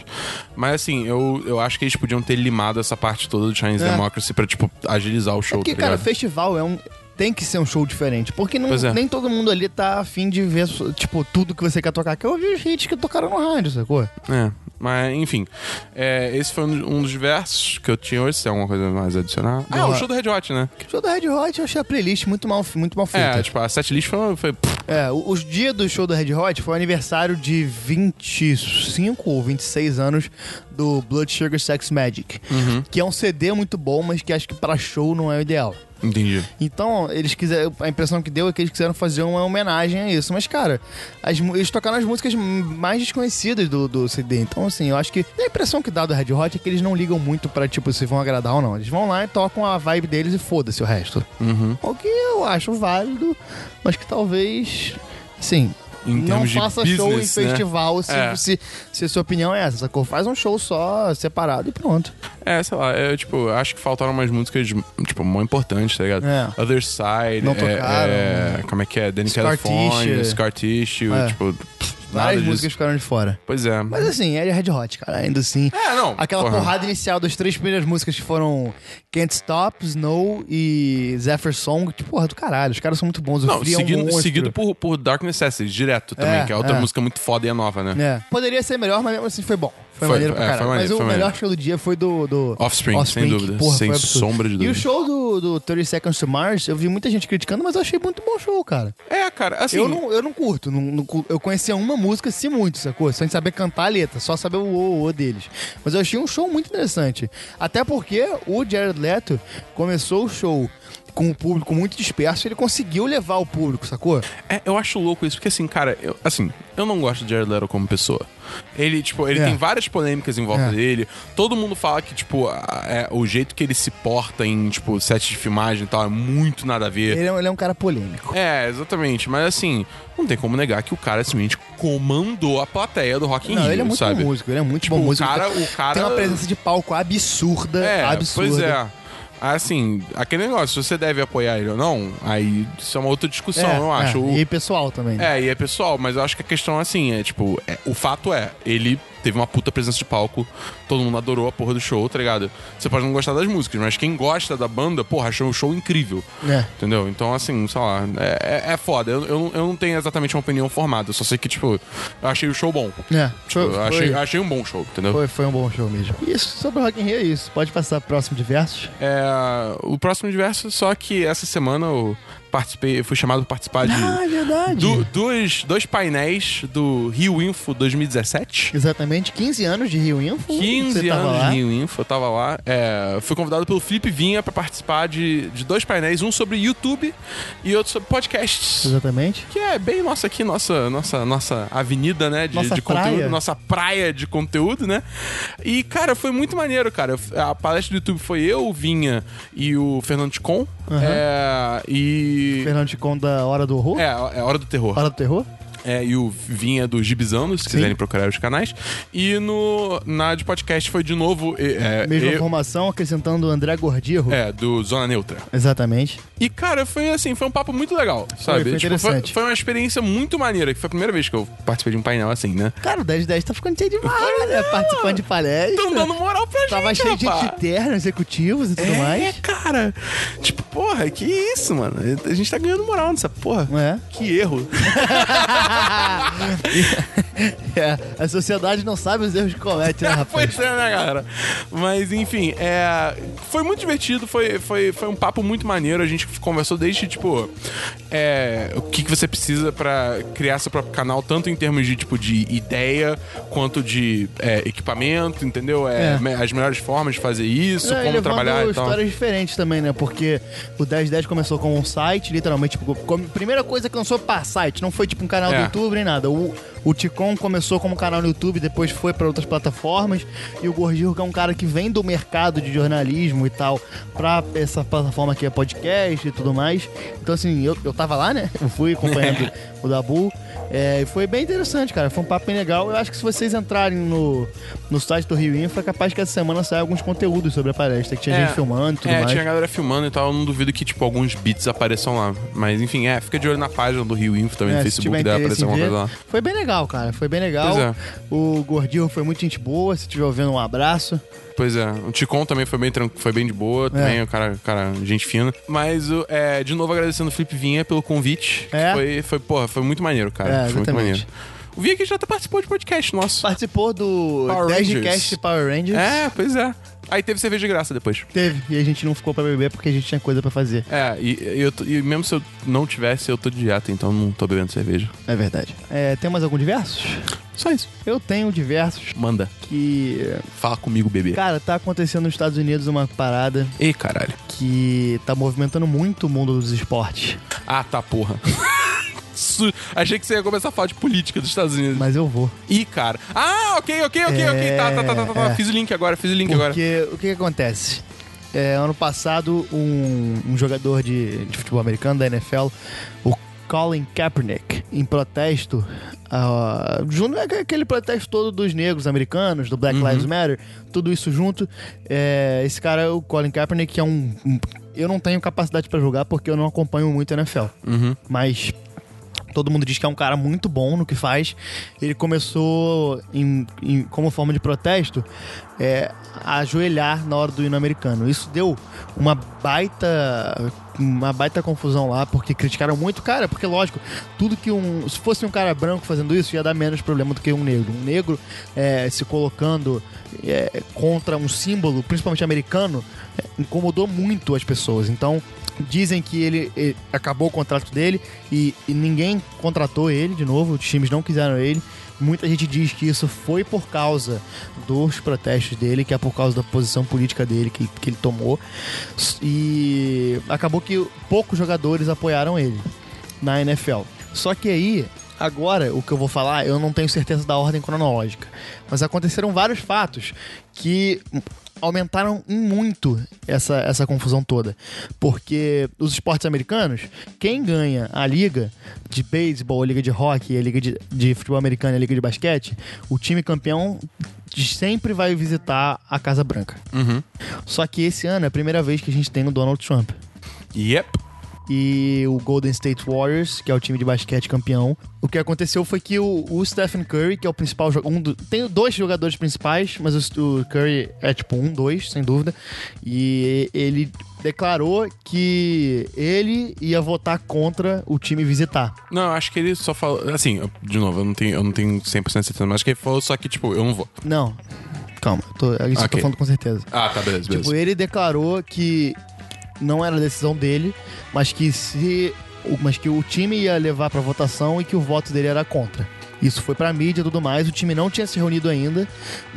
S2: Mas assim, eu, eu acho que eles podiam ter limado essa parte toda do Chinese
S1: É.
S2: Democracy pra, tipo, agilizar o show,
S1: Porque,
S2: tá
S1: cara,
S2: ligado?
S1: festival é um. Tem que ser um show diferente, porque não-
S2: Pois é.
S1: nem todo mundo ali tá afim de ver, tipo, tudo que você quer tocar. Que eu ouvi os hits que tocaram no rádio, sacou?
S2: É, mas enfim. É, esse foi um um dos versos que eu tinha hoje. Se tem alguma coisa mais a adicionar. Ah, o show do Red Hot, né?
S1: O show do Red Hot eu achei a playlist muito mal, muito mal feita.
S2: É, tipo, a setlist foi. foi
S1: É, o, os dias do show do Red Hot foi o aniversário de 25 ou 26 anos do Blood Sugar Sex Magic. Que é um CD muito bom, mas que acho que pra show não é o ideal.
S2: Entendi.
S1: Então, eles quiseram. A impressão que deu é que eles quiseram fazer uma homenagem a isso. Mas, cara, as mu- eles tocaram as músicas mais desconhecidas do, do CD. Então, assim, eu acho que. A impressão que dá do Red Hot é que eles não ligam muito pra, tipo, se vão agradar ou não. Eles vão lá e tocam a vibe deles e foda-se o resto.
S2: Uhum.
S1: O que eu acho válido, mas que talvez. Sim.
S2: Em
S1: Não
S2: termos de
S1: faça show em
S2: business, né?
S1: festival se,
S2: É.
S1: se, se a sua opinião é essa. Sacou? Faz um show só, separado e pronto.
S2: É, sei lá, eu, tipo, acho que faltaram umas músicas, tipo, muito importantes, tá ligado?
S1: É.
S2: Other Side,
S1: Não
S2: é,
S1: tocaram.
S2: é, como é que é? Danny
S1: Scar
S2: California,
S1: Tissue.
S2: Scar Tissue,
S1: É.
S2: tipo, pff, nada
S1: Várias
S2: disso.
S1: músicas ficaram de fora.
S2: Pois é.
S1: Mas assim, é Red Hot, cara, ainda assim.
S2: É, não.
S1: Aquela
S2: porra.
S1: porrada inicial das três primeiras músicas que foram Can't Stop, Snow e Zephyr Song, que porra do caralho. Os caras são muito bons. O
S2: Não,
S1: Flea é um
S2: seguido,
S1: monstro.
S2: seguido por, por Dark Necessity, direto também, que é outra
S1: é.
S2: música muito foda e é nova, né?
S1: É. Poderia ser melhor, mas mesmo assim foi bom. Foi,
S2: Foi,
S1: maneiro
S2: é,
S1: pra
S2: foi
S1: caralho.
S2: maneiro,
S1: mas
S2: foi
S1: o melhor
S2: maneiro.
S1: show do dia foi do. do
S2: Offspring, sem
S1: que,
S2: dúvida,
S1: porra,
S2: sem
S1: foi absurdo.
S2: sombra de
S1: E
S2: dúvida.
S1: o show do, do 30 Seconds to Mars, eu vi muita gente criticando, mas eu achei muito bom show, cara.
S2: É, cara, assim-
S1: Eu não, eu não curto. não- não cu- eu conhecia uma música, se muito, sacou? Sem saber cantar a letra, só saber o o, o deles. Mas eu achei um show muito interessante. Até porque o Jared Leto começou o show com o público muito disperso, ele conseguiu levar o público, sacou?
S2: É, eu acho louco isso, porque assim, cara, eu, assim, eu não gosto de Jared Leto como pessoa. Ele, tipo, ele
S1: É.
S2: tem várias polêmicas em volta
S1: É.
S2: dele. Todo mundo fala que, tipo, a- é, o jeito que ele se porta em, tipo, sets de filmagem e tal é muito nada a ver.
S1: Ele é, um- ele é um cara polêmico.
S2: É, exatamente. Mas assim, não tem como negar que o cara simplesmente comandou a plateia do Rock in
S1: Não,
S2: Rio,
S1: ele é muito
S2: sabe? Tipo,
S1: bom músico, ele é muito bom
S2: o
S1: músico.
S2: cara- o cara-
S1: Tem uma presença de palco absurda,
S2: É,
S1: absurda.
S2: pois é. Assim, aquele negócio, se você deve apoiar ele ou não, aí isso é uma outra discussão,
S1: É,
S2: eu acho.
S1: é,
S2: O-
S1: E pessoal também. né?
S2: É, e é pessoal, mas eu acho que a questão é assim, é tipo, é, o fato é, ele teve uma puta presença de palco, todo mundo adorou a porra do show, tá ligado? Você pode não gostar das músicas, mas quem gosta da banda, porra, achou o show incrível.
S1: É.
S2: Entendeu? Então, assim, sei lá, é, é- é foda. Eu, eu, não- eu não tenho exatamente uma opinião formada, eu só sei que, tipo, eu achei o show bom.
S1: É, foi-
S2: Tipo, eu achei,
S1: foi.
S2: achei um bom show, entendeu?
S1: Foi, foi um bom show mesmo. Isso, sobre o Rock in Rio é isso. Pode passar pro próximo de versos?
S2: É, o próximo diverso, só que essa semana eu participei, eu fui chamado para participar de
S1: Ah, é verdade.
S2: do- dois, dois painéis do Rio Info 2017.
S1: Exatamente, 15 anos de Rio Info.
S2: 15
S1: você tava
S2: anos
S1: lá.
S2: de Rio Info, eu tava lá. É, fui convidado pelo Felipe Vinha para participar de, de dois painéis, um sobre YouTube e outro sobre podcasts.
S1: Exatamente.
S2: Que é bem nossa aqui, nossa, nossa, nossa avenida, né? De,
S1: Nossa
S2: de
S1: praia.
S2: conteúdo, nossa praia de conteúdo, né? E, cara, foi muito maneiro, cara. A palestra do YouTube foi eu, o Vinha e o Fernando Ticon.
S1: Aham.
S2: É, e.
S1: Fernando Ticon da Hora do Horror?
S2: É, é Hora do Terror.
S1: Hora do Terror?
S2: É, e o Vinha do Gibizanos, se quiserem procurar os canais. E no, na de podcast foi de novo. É, é,
S1: Mesma
S2: eu-
S1: formação, acrescentando o André Gordirro.
S2: é, do Zona Neutra.
S1: Exatamente.
S2: E, cara, foi assim, foi um papo muito legal, sabe?
S1: foi
S2: Tipo,
S1: interessante.
S2: foi uma experiência muito maneira, que foi a primeira vez que eu participei de um painel assim, né?
S1: Cara, o 10 10 tá ficando cheio demais, né? Participando de palestra.
S2: Tão Então, dando moral pra
S1: é. Tava
S2: gente,
S1: cheio de-
S2: rapaz.
S1: de terno, executivos e tudo
S2: É,
S1: mais.
S2: cara. Tipo, porra, que isso, mano? A gente tá ganhando moral nessa porra. Que erro.
S1: É, a sociedade não sabe os erros que comete, né, rapaz?
S2: Pois é, né, galera? Mas, enfim, é, foi muito divertido, foi, foi, foi um papo muito maneiro. A gente conversou desde, tipo, é, o que, que você precisa pra criar seu próprio canal, tanto em termos de, tipo, de ideia, quanto de é, equipamento, entendeu? É,
S1: É.
S2: me- As melhores formas de fazer isso,
S1: É, e
S2: como
S1: levando
S2: trabalhar então. e tal.
S1: histórias diferentes também, né? Porque o 1010 começou com um site, literalmente. Tipo, como- primeira coisa que lançou pra site, não foi tipo um canal do
S2: É.
S1: YouTube nem nada. O, o Ticon começou como canal no YouTube, depois foi pra outras plataformas. E o Gorgirro, que é um cara que vem do mercado de jornalismo e tal, pra essa plataforma que é podcast e tudo mais. Então, assim, eu, eu tava lá, né? Eu fui acompanhando o Dabu. É, e foi bem interessante, cara. Foi um papo bem legal. Eu acho que se vocês entrarem no, no site do Rio Info, é capaz que essa semana saia alguns conteúdos sobre a palestra, que tinha
S2: É.
S1: gente filmando e tudo
S2: é,
S1: mais.
S2: tinha galera filmando e tal. Eu não duvido que, tipo, alguns beats apareçam lá. Mas, enfim, é, fica de olho na página do Rio Info também,
S1: É,
S2: no
S1: se
S2: Facebook,
S1: tiver
S2: deve
S1: interesse
S2: aparecer
S1: em
S2: alguma
S1: ver.
S2: coisa lá.
S1: Foi bem legal, cara. Foi bem legal.
S2: Pois é.
S1: O Gordinho foi muito gente boa. Se estiver ouvindo, um abraço.
S2: Pois é, o Ticon também foi bem, tran- foi bem de boa,
S1: É.
S2: também, o cara, cara, gente fina. Mas, o- é, de novo, agradecendo o Felipe Vinha pelo convite. que
S1: É.
S2: Foi, foi, porra, foi muito maneiro, cara.
S1: É,
S2: foi muito
S1: exatamente.
S2: maneiro. O Vinha que já até participou de podcast nosso.
S1: Participou do
S2: Power
S1: 10 de
S2: Rangers.
S1: cast Power Rangers.
S2: É, pois é. Aí teve cerveja de graça depois.
S1: Teve. E a gente não ficou pra beber porque a gente tinha coisa pra fazer.
S2: É, e, e eu tô- e mesmo se eu não tivesse, eu tô de dieta, então não tô bebendo cerveja.
S1: É verdade. É, tem mais algum diversos?
S2: Só isso.
S1: Eu tenho diversos.
S2: Manda.
S1: Que.
S2: Fala comigo, bebê.
S1: Cara, tá acontecendo nos Estados Unidos uma parada.
S2: Ei, caralho.
S1: Que tá movimentando muito o mundo dos esportes.
S2: Ah, tá, porra. Su- Achei que você ia começar a falar de política dos Estados Unidos.
S1: Mas eu vou.
S2: Ih, cara. Ah, ok, ok, ok, ok. Tá, tá, tá, tá, tá, tá.
S1: É.
S2: Fiz o link agora, fiz o link agora.
S1: Porque o que, que acontece? É, ano passado, um, um jogador de, de futebol americano da NFL, o Colin Kaepernick, em protesto, ah, junto com aquele protesto todo dos negros americanos, do
S2: Uhum.
S1: Black Lives Matter, tudo isso junto. é, esse cara, o Colin Kaepernick, é um. um- eu não tenho capacidade pra julgar porque eu não acompanho muito a NFL.
S2: Uhum.
S1: Mas todo mundo diz que é um cara muito bom no que faz. Ele começou, em, em- como forma de protesto, é, a ajoelhar na hora do hino americano. Isso deu uma baita uma baita confusão lá, porque criticaram muito, cara, porque lógico, tudo que um se fosse um cara branco fazendo isso, ia dar menos problema do que um negro. Um negro é, se colocando é, contra um símbolo, principalmente americano, é, incomodou muito as pessoas. Então, dizem que ele, ele- acabou o contrato dele e, e ninguém contratou ele de novo, os times não quiseram ele. Muita gente diz que isso foi por causa dos protestos dele, que é por causa da posição política dele que, que ele tomou. S- E acabou que poucos jogadores apoiaram ele na NFL. Só que aí, agora, o que eu vou falar, eu não tenho certeza da ordem cronológica. Mas aconteceram vários fatos que aumentaram em muito essa, essa confusão toda. Porque os esportes americanos, quem ganha a liga de beisebol, a liga de hockey, a liga de, de futebol americano e a liga de basquete, o time campeão sempre vai visitar a Casa Branca.
S2: Uhum.
S1: Só que esse ano é a primeira vez que a gente tem o Donald Trump.
S2: Yep.
S1: E o Golden State Warriors, que é o time de basquete campeão. O que aconteceu foi que o, o Stephen Curry, que é o principal jogador. Um do- tem dois jogadores principais, mas o, o Curry é tipo um, dois, sem dúvida. E ele declarou que ele ia votar contra o time visitar.
S2: Não, eu acho que ele só falou. Assim, eu- de novo, eu não tenho, eu não tenho 100% de certeza, mas acho que ele falou só que, tipo, eu não vou.
S1: Não, calma, tô, é isso eu tô
S2: Ok.
S1: falando com certeza.
S2: Ah, tá, beleza, beleza.
S1: Tipo, ele declarou que não era decisão dele, mas que se. o- Mas que o time ia levar pra votação e que o voto dele era contra. Isso foi pra mídia e tudo mais, o time não tinha se reunido ainda.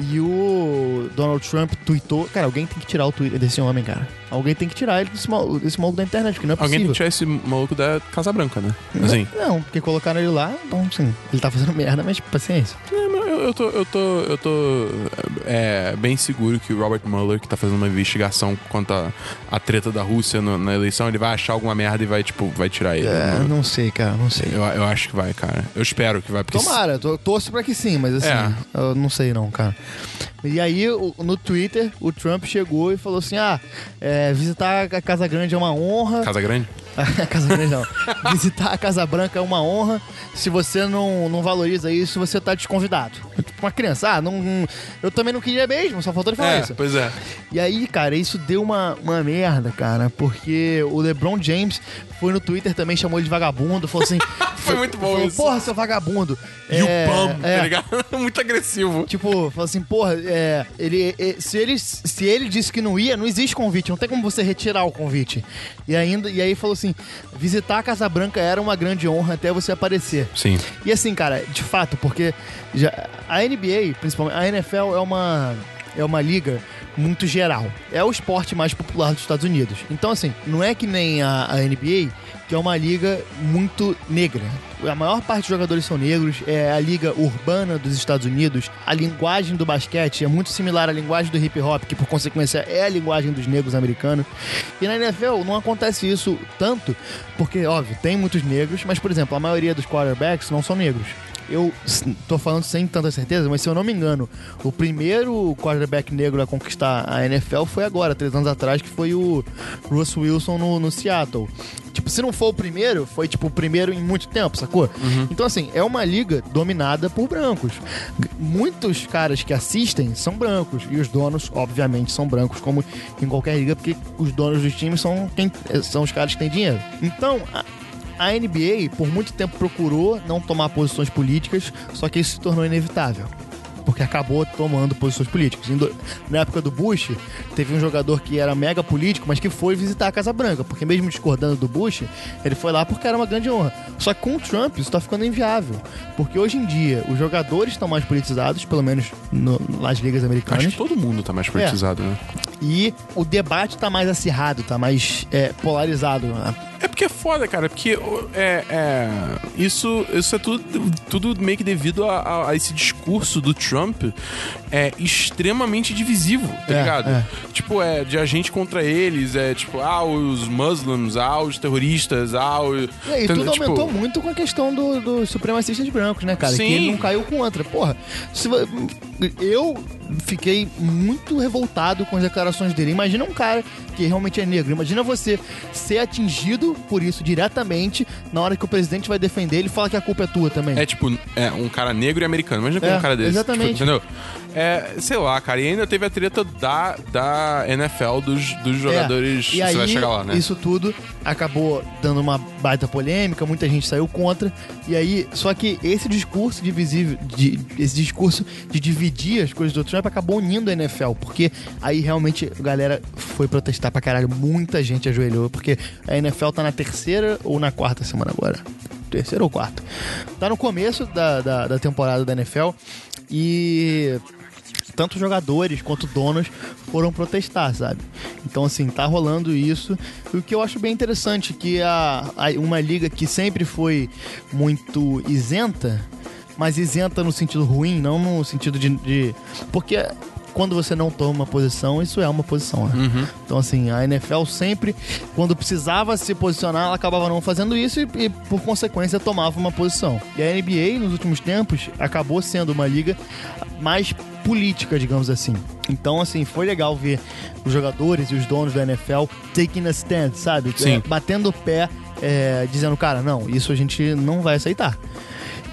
S1: E o Donald Trump tweetou. Cara, alguém tem que tirar o Twitter desse homem, cara. Alguém tem que tirar ele desse, mal- desse maluco da internet, que não é
S2: Alguém tem
S1: possível.
S2: que tirar esse maluco da Casa Branca, né? Assim.
S1: Não, porque colocaram ele lá, então sim, ele tá fazendo merda, mas paciência.
S2: É, mas Eu, eu tô, eu tô, eu tô é, bem seguro que o Robert Mueller, que tá fazendo uma investigação quanto à à treta da Rússia no- na eleição, ele vai achar alguma merda e vai, tipo, vai tirar ele.
S1: É,
S2: Eu-
S1: não sei, cara, não sei.
S2: Eu, eu acho que vai, cara. Eu espero que vai, porque.
S1: Tomara, eu torço pra que sim, mas assim,
S2: É.
S1: eu não sei não, cara. E aí, o- no Twitter, o Trump chegou e falou assim: ah, é, visitar a Casa Grande é uma honra.
S2: Casa Grande?
S1: A Casa Grande não. Visitar a Casa Branca é uma honra. Se você não, não valoriza isso, você tá desconvidado. Tipo uma criança, ah, não, não- eu também não queria mesmo, só faltou ele falar
S2: É,
S1: isso.
S2: pois é.
S1: E aí, cara, isso deu uma, uma merda, cara, porque o LeBron James foi no Twitter também, chamou ele de vagabundo, falou assim.
S2: Foi muito bom
S1: falou,
S2: isso.
S1: Porra, seu vagabundo.
S2: E o bum,
S1: é.
S2: tá ligado? Muito agressivo.
S1: Tipo, fala assim, porra, é, ele, é, se, ele, se ele disse que não ia, não existe convite, não tem como você retirar o convite. E ainda, e aí falou assim: visitar a Casa Branca era uma grande honra até você aparecer.
S2: Sim.
S1: E assim, cara, de fato, porque já, a NBA, principalmente, a NFL é uma, é uma liga muito geral. É o esporte mais popular dos Estados Unidos. Então, assim, não é que nem a, a NBA, que é uma liga muito negra. A maior parte dos jogadores são negros, é a liga urbana dos Estados Unidos. A linguagem do basquete é muito similar à linguagem do hip hop, que por consequência é a linguagem dos negros americanos. E na NFL não acontece isso tanto, porque, óbvio, tem muitos negros, mas, por exemplo, a maioria dos quarterbacks não são negros. Eu s- tô falando sem tanta certeza, mas se eu não me engano, o primeiro quarterback negro a conquistar a NFL foi agora, três anos atrás, que foi o Russ Wilson no, no Seattle. Tipo, se não for o primeiro, foi tipo o primeiro em muito tempo, sacou? Então, assim, é uma liga dominada por brancos. G- Muitos caras que assistem são brancos. E os donos, obviamente, são brancos, como em qualquer liga, porque os donos dos times são, quem, são os caras que têm dinheiro. Então, a- a NBA, por muito tempo, procurou não tomar posições políticas, só que isso se tornou inevitável. porque acabou tomando posições políticas. Em do- Na época do Bush, teve um jogador que era mega político, mas que foi visitar a Casa Branca, porque mesmo discordando do Bush, ele foi lá porque era uma grande honra. Só que com o Trump, isso tá ficando inviável. Porque hoje em dia, os jogadores estão mais politizados, pelo menos no- nas ligas americanas.
S2: Acho que todo mundo tá mais politizado, né?
S1: E o debate tá mais acirrado, tá mais é, polarizado. né?
S2: É porque é foda, cara, porque ô, é, é, isso, isso é tudo, tudo meio que devido a, a- a esse discurso do Trump é extremamente divisivo, tá
S1: É,
S2: ligado?
S1: é.
S2: Tipo, é de a gente contra eles, é tipo, ah, os muslims, ah, os terroristas, ah, os...
S1: E aí, tudo
S2: Tipo
S1: aumentou muito com a questão do- dos supremacistas brancos, né, cara?
S2: Sim.
S1: Que ele não caiu contra. Porra, se vo- eu fiquei muito revoltado com as declarações dele. Imagina um cara que realmente é negro. Imagina você ser atingido por isso diretamente na hora que o presidente vai defender ele e fala que a culpa é tua também.
S2: É tipo, é, um cara negro e americano. Imagina como
S1: É,
S2: um cara desse.
S1: exatamente.
S2: Tipo, entendeu? É, sei lá, cara. E ainda teve a treta da, da NFL dos, dos jogadores.
S1: É, E aí,
S2: você vai chegar lá, né?
S1: Isso tudo acabou dando uma baita polêmica, muita gente saiu contra. E aí, só que esse discurso divisível, de, esse discurso de dividir as coisas do Trump acabou unindo a NFL, porque aí realmente a galera foi protestar pra caralho, muita gente ajoelhou, porque a NFL tá na terceira ou na quarta semana agora. Terceira ou quarta. Tá no começo da, da, da temporada da NFL e tanto jogadores quanto donos foram protestar, sabe? Então, assim, tá rolando isso. E o que eu acho bem interessante que a, a- uma liga que sempre foi muito isenta, mas isenta no sentido ruim, não no sentido de. de- porque quando você não toma uma posição, isso é uma posição, né? Então, assim, a NFL sempre, quando precisava se posicionar, ela acabava não fazendo isso e, e, por consequência, tomava uma posição. E a NBA, nos últimos tempos, acabou sendo uma liga mais política, digamos assim. Então, assim, foi legal ver os jogadores e os donos da NFL taking a stand, sabe?
S2: Sim.
S1: É, batendo o pé, é, dizendo, cara, não, isso a gente não vai aceitar.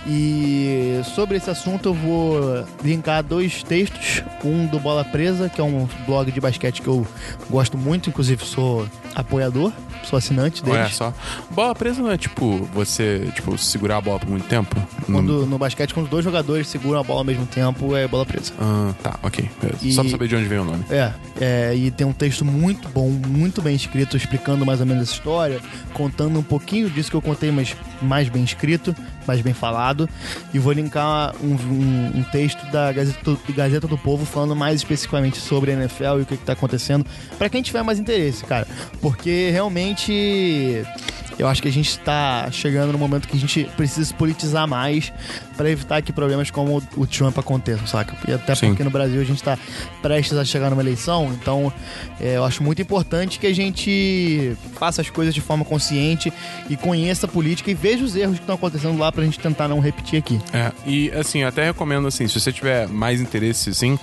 S1: E sobre esse assunto eu vou linkar dois textos. Um do Bola Presa, que é um blog de basquete que eu gosto muito, inclusive sou apoiador, sou assinante
S2: Olha
S1: deles.
S2: só. Bola presa não é tipo você tipo, segurar a bola por muito tempo?
S1: Quando, no basquete, quando dois jogadores seguram a bola ao mesmo tempo, é bola presa.
S2: Ah, tá, ok. Beleza. Só pra saber de onde veio o nome.
S1: É, é, e tem um texto muito bom, muito bem escrito, explicando mais ou menos essa história, contando um pouquinho disso que eu contei, mas mais bem escrito, mais bem falado. E vou linkar um, um- um texto da Gazeta, do- Gazeta do Povo falando mais especificamente sobre a NFL e o que, que tá acontecendo, pra quem tiver mais interesse, cara. Porque realmente eu acho que a gente tá chegando no momento que a gente precisa se politizar mais pra evitar que problemas como o- o Trump aconteçam, saca? E até
S2: Sim.
S1: porque no Brasil a gente tá prestes a chegar numa eleição, então é, eu acho muito importante que a gente faça as coisas de forma consciente e conheça a política e veja os erros que estão acontecendo lá pra gente tentar não repetir aqui.
S2: É, e assim, eu até recomendo assim, se você tiver mais interesse, sim,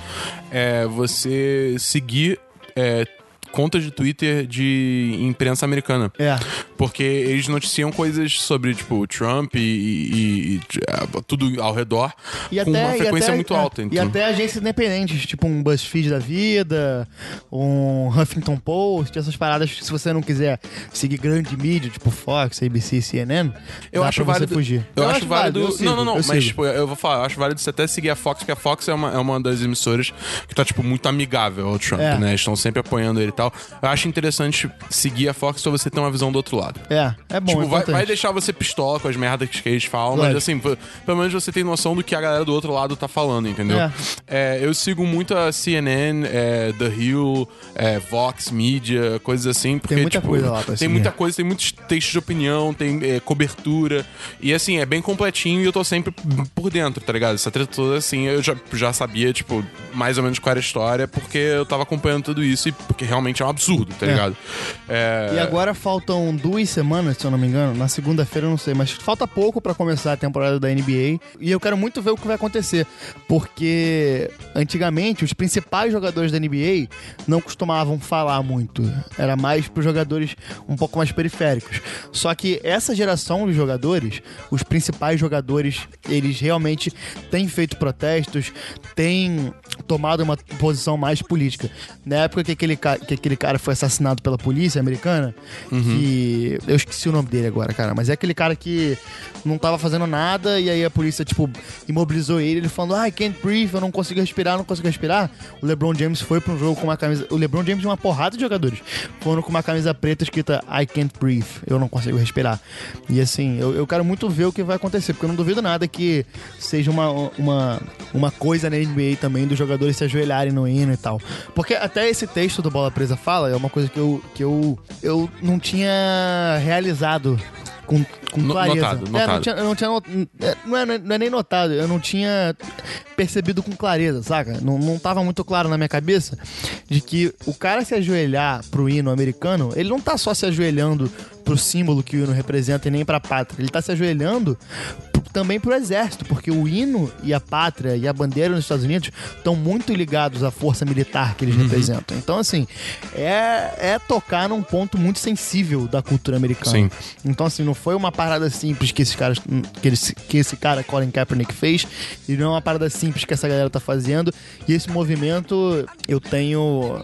S2: é, você seguir é, contas de Twitter de imprensa americana.
S1: É.
S2: Porque eles noticiam coisas sobre, tipo, o Trump e, e- e, é, tudo ao redor
S1: E
S2: com
S1: até,
S2: uma
S1: e
S2: frequência
S1: até-
S2: muito
S1: é,
S2: alta.
S1: E
S2: Então.
S1: até agências independentes, tipo um BuzzFeed da vida, um Huffington Post, essas paradas que se você não quiser seguir grande mídia, tipo Fox, ABC, CNN,
S2: Eu
S1: dá
S2: acho
S1: pra
S2: válido.
S1: você fugir.
S2: Eu, acho, válido.
S1: eu sigo,
S2: não, não, não.
S1: eu
S2: mas,
S1: sigo.
S2: tipo, eu vou falar, eu acho válido você até seguir a Fox, porque a Fox é uma, é uma das emissoras que tá, tipo, muito amigável ao Trump,
S1: É.
S2: né? Estão sempre apoiando ele e tal. Eu acho interessante seguir a Fox pra você ter uma visão do outro lado.
S1: É, é bom,
S2: tipo,
S1: é
S2: vai,
S1: importante.
S2: vai deixar você pistola com as merdas que eles falam, mas
S1: Lógico.
S2: assim, p- pelo menos você tem noção do que a galera do outro lado tá falando, entendeu?
S1: É.
S2: É, eu sigo muito a CNN, é, The Hill, é, Vox Media, coisas assim. Porque,
S1: muita
S2: tipo,
S1: coisa lá pra
S2: Tem
S1: seguir.
S2: muita coisa, tem muitos textos de opinião, tem é, cobertura. E assim, é bem completinho e eu tô sempre por dentro, tá ligado? Essa treta toda, assim, eu já, já sabia, tipo, mais ou menos qual era a história, porque eu tava acompanhando tudo isso e porque realmente é um absurdo, tá
S1: É.
S2: ligado? É,
S1: E agora faltam duas semanas, se eu não me engano. Na segunda-feira, eu não sei, mas falta pouco pra começar a temporada da NBA. E eu quero muito ver o que vai acontecer. Porque antigamente, os principais jogadores da NBA não costumavam falar muito. Era mais pros jogadores um pouco mais periféricos. Só que essa geração de jogadores, os principais jogadores, eles realmente têm feito protestos, têm tomado uma posição mais política. Na época que aquele, ca- que aquele cara foi assassinado pela polícia americana, que. Eu esqueci o nome dele agora, cara, mas é aquele cara que não tava fazendo nada, e aí a polícia, tipo, imobilizou ele, ele falando, ah, I can't breathe, eu não consigo respirar, não consigo respirar. O LeBron James foi pra um jogo com uma camisa... O LeBron James e uma porrada de jogadores foram com uma camisa preta escrita I can't breathe, eu não consigo respirar. E assim, eu, eu quero muito ver o que vai acontecer, porque eu não duvido nada que seja uma, uma, uma coisa na NBA também, dos jogadores se ajoelharem no hino e tal. Porque até esse texto do Bola Presa fala, é uma coisa que eu, que eu, eu não tinha realizado com, com
S2: No-
S1: clareza.
S2: notado,
S1: É,
S2: notado.
S1: não tinha, eu não, tinha not- é, não é, não é nem notado, eu não tinha percebido com clareza, saca? Não, não tava muito claro na minha cabeça de que o cara se ajoelhar pro hino americano, ele não tá só se ajoelhando pro símbolo que o hino representa e nem pra pátria, ele tá se ajoelhando p- também pro exército, porque o hino e a pátria e a bandeira nos Estados Unidos estão muito ligados à força militar que eles representam. Então, assim, é, é tocar num ponto muito sensível da cultura americana.
S2: Sim.
S1: Então, assim, não foi uma parada simples que esse cara, que esse, que esse cara Colin Kaepernick fez, e não é uma parada simples que essa galera tá fazendo. E esse movimento, eu tenho,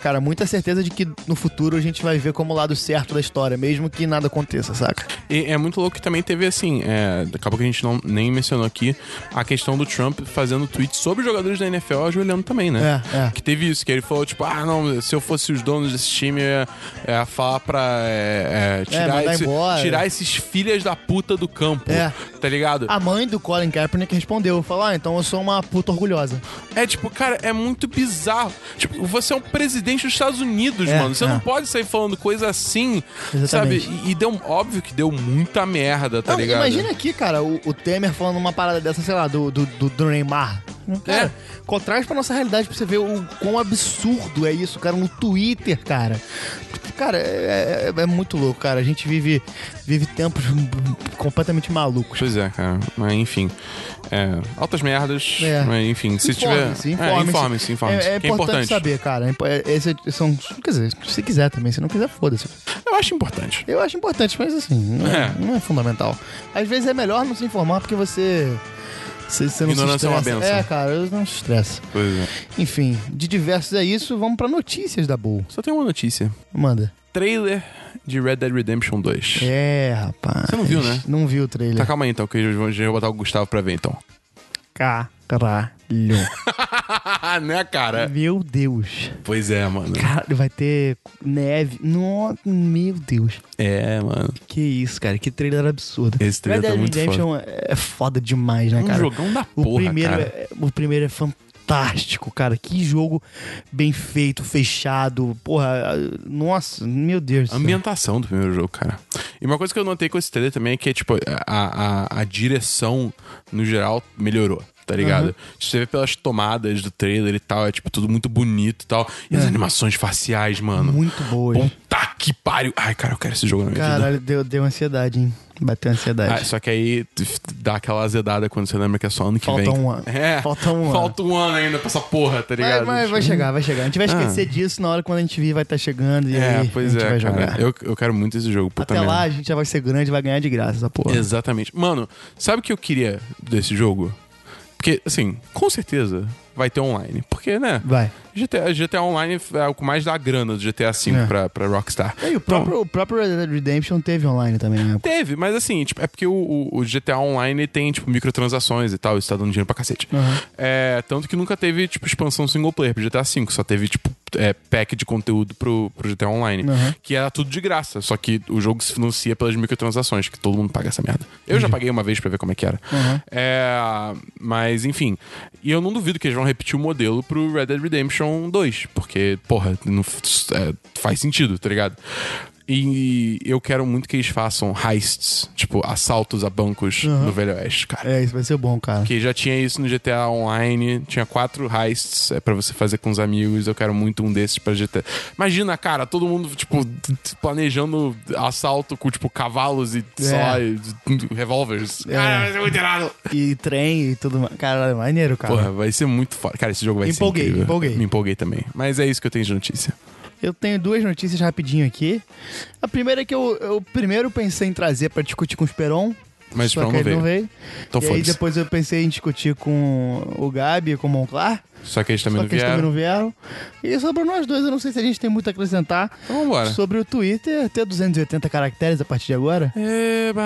S1: cara, muita certeza de que no futuro a gente vai ver como o lado certo da história, mesmo que nada aconteça, saca?
S2: E é muito louco que também teve assim, é, acabou que a gente não, nem mencionou aqui, a questão do Trump fazendo tweets sobre jogadores da NFL ajoelhando também, né?
S1: É, é.
S2: Que teve isso, que ele falou, tipo, ah, não, se eu fosse os donos desse time, eu ia, ia falar pra é, é, tirar,
S1: mandar
S2: esse-
S1: embora.
S2: tirar esses filhas da puta do campo.
S1: É.
S2: Tá ligado?
S1: A mãe do Colin Kaepernick respondeu, falou, ah, então eu sou uma puta orgulhosa.
S2: É tipo, cara, é muito bizarro. Tipo, você é um presidente dos Estados Unidos,
S1: É,
S2: mano. Você
S1: é.
S2: não pode sair falando coisa assim,
S1: Exatamente.
S2: sabe? E, e deu, óbvio que deu muita merda, tá
S1: Não,
S2: ligado?
S1: Imagina aqui, cara, o, o Temer falando uma parada dessa, sei lá, do, do, do- do Neymar.
S2: É.
S1: Cara, contraste pra nossa realidade pra você ver o quão absurdo é isso, cara, no Twitter, cara. Cara, é, é- é muito louco, cara. A gente vive, vive tempos completamente malucos.
S2: Pois é, cara. Mas enfim. É, altas merdas.
S1: É.
S2: Mas enfim, se tiver.
S1: Informe-se,
S2: é, informe-se, informe-se.
S1: É, é
S2: que
S1: importante saber, cara. É impo- é- Esse são, quer dizer, se quiser também, se não quiser, foda-se.
S2: Eu acho importante.
S1: Eu acho importante, mas assim, não é,
S2: É.
S1: não é fundamental. Às vezes é melhor não se informar porque você. Você, você não se
S2: Ignorância é uma
S1: estressa.
S2: benção.
S1: É, cara, eu não se estressa.
S2: Pois é.
S1: Enfim, de diversos é isso, vamos pra notícias da boa.
S2: Só tem uma notícia.
S1: Manda.
S2: Trailer de Red Dead Redemption 2.
S1: É, rapaz. Você
S2: não viu, né?
S1: Não viu o trailer.
S2: Tá, calma aí então, que eu vou- já vou botar o Gustavo pra ver então.
S1: Caralho.
S2: né, cara?
S1: Meu Deus.
S2: Pois é, mano.
S1: Caralho, vai ter neve. Nossa, meu Deus.
S2: É, mano.
S1: Que isso, cara. Que trailer absurdo.
S2: Esse trailer
S1: Red
S2: tá
S1: Dead
S2: muito
S1: Redemption
S2: foda.
S1: é é foda demais, né,
S2: Um
S1: cara?
S2: jogão da
S1: o
S2: porra,
S1: primeiro
S2: cara.
S1: É, o primeiro é fantástico, cara. Que jogo bem feito, fechado. Porra, nossa, meu Deus. do
S2: A
S1: céu.
S2: ambientação do primeiro jogo, cara. E uma coisa que eu notei com esse trailer também é que, tipo, a, a, a direção, no geral, melhorou. Tá ligado?
S1: Uhum.
S2: Você vê pelas tomadas do trailer e tal, é tipo tudo muito bonito e tal. E as
S1: É.
S2: animações faciais, mano.
S1: Muito boas.
S2: Puta que pariu. Ai, cara, eu quero esse jogo na minha vida.
S1: Caralho, deu, deu ansiedade, hein? Bateu ansiedade.
S2: Ah, só que aí tf, dá aquela azedada quando você lembra que é só ano que
S1: Falta
S2: vem.
S1: um ano.
S2: É.
S1: Falta um ano.
S2: Falta um ano ainda pra essa porra, tá
S1: Mas,
S2: ligado?
S1: mas vai chegar, vai chegar. A gente vai
S2: Ah.
S1: esquecer disso na hora quando a gente vir vai estar chegando e
S2: É,
S1: aí a
S2: pois
S1: gente
S2: é,
S1: vai
S2: cara.
S1: jogar.
S2: Eu, eu quero muito esse jogo, puta
S1: Até
S2: merda.
S1: lá a gente já vai ser grande, vai ganhar de graça essa porra.
S2: Exatamente. Mano, sabe o que eu queria desse jogo? Porque, assim, com certeza vai ter online. Porque, né?
S1: Vai.
S2: GTA, GTA Online é o que mais dá grana do GTA V
S1: É.
S2: pra, pra Rockstar.
S1: E aí, o próprio, o próprio Red Dead Redemption teve online também, né?
S2: Teve, mas assim, tipo, é porque o, o- o GTA Online tem, tipo, microtransações e tal, isso tá dando dinheiro pra cacete. É, tanto que nunca teve, tipo, expansão single player pro GTA V, só teve, tipo, é, pack de conteúdo pro, pro GTA Online,
S1: Uhum.
S2: que era tudo de graça, só que o jogo se financia pelas microtransações, que todo mundo paga essa merda. Eu já paguei uma vez pra ver como é que era.
S1: Uhum.
S2: É, mas, enfim, e eu não duvido que eles vão repetir o modelo pro Red Dead Redemption 2, porque, porra, não, f- é, faz sentido, tá ligado? E eu quero muito que eles façam heists, tipo, assaltos a bancos
S1: Uhum.
S2: no Velho Oeste, cara.
S1: É, isso vai ser bom, cara.
S2: Porque já tinha isso no GTA Online, tinha quatro heists é, para você fazer com os amigos. Eu quero muito um desses pra GTA. Imagina, cara, todo mundo, tipo, t- t- planejando assalto com, tipo, cavalos e,
S1: É.
S2: sei lá, e- e revólveres. Cara, vai ser muito irado.
S1: E trem e tudo mais. Caralho, maneiro, cara.
S2: Porra, vai ser muito foda. Cara, esse jogo vai
S1: Empolguei,
S2: ser incrível.
S1: empolguei.
S2: Me empolguei também. Mas é isso que eu tenho de notícia.
S1: Eu tenho duas notícias rapidinho aqui. A primeira é que eu, eu primeiro pensei em trazer pra discutir com o Esperon.
S2: Mas
S1: só
S2: o Esperon
S1: que
S2: não
S1: ele
S2: veio.
S1: não veio.
S2: Então
S1: e aí
S2: foda-se.
S1: depois eu pensei em discutir com o Gabi e com o Monclar.
S2: Só que eles também
S1: Só
S2: não
S1: que eles também
S2: vieram.
S1: não vieram. E sobre nós dois, eu não sei se a gente tem muito a acrescentar.
S2: Então vambora.
S1: Sobre o Twitter ter 280 caracteres a partir de agora.
S2: Eba!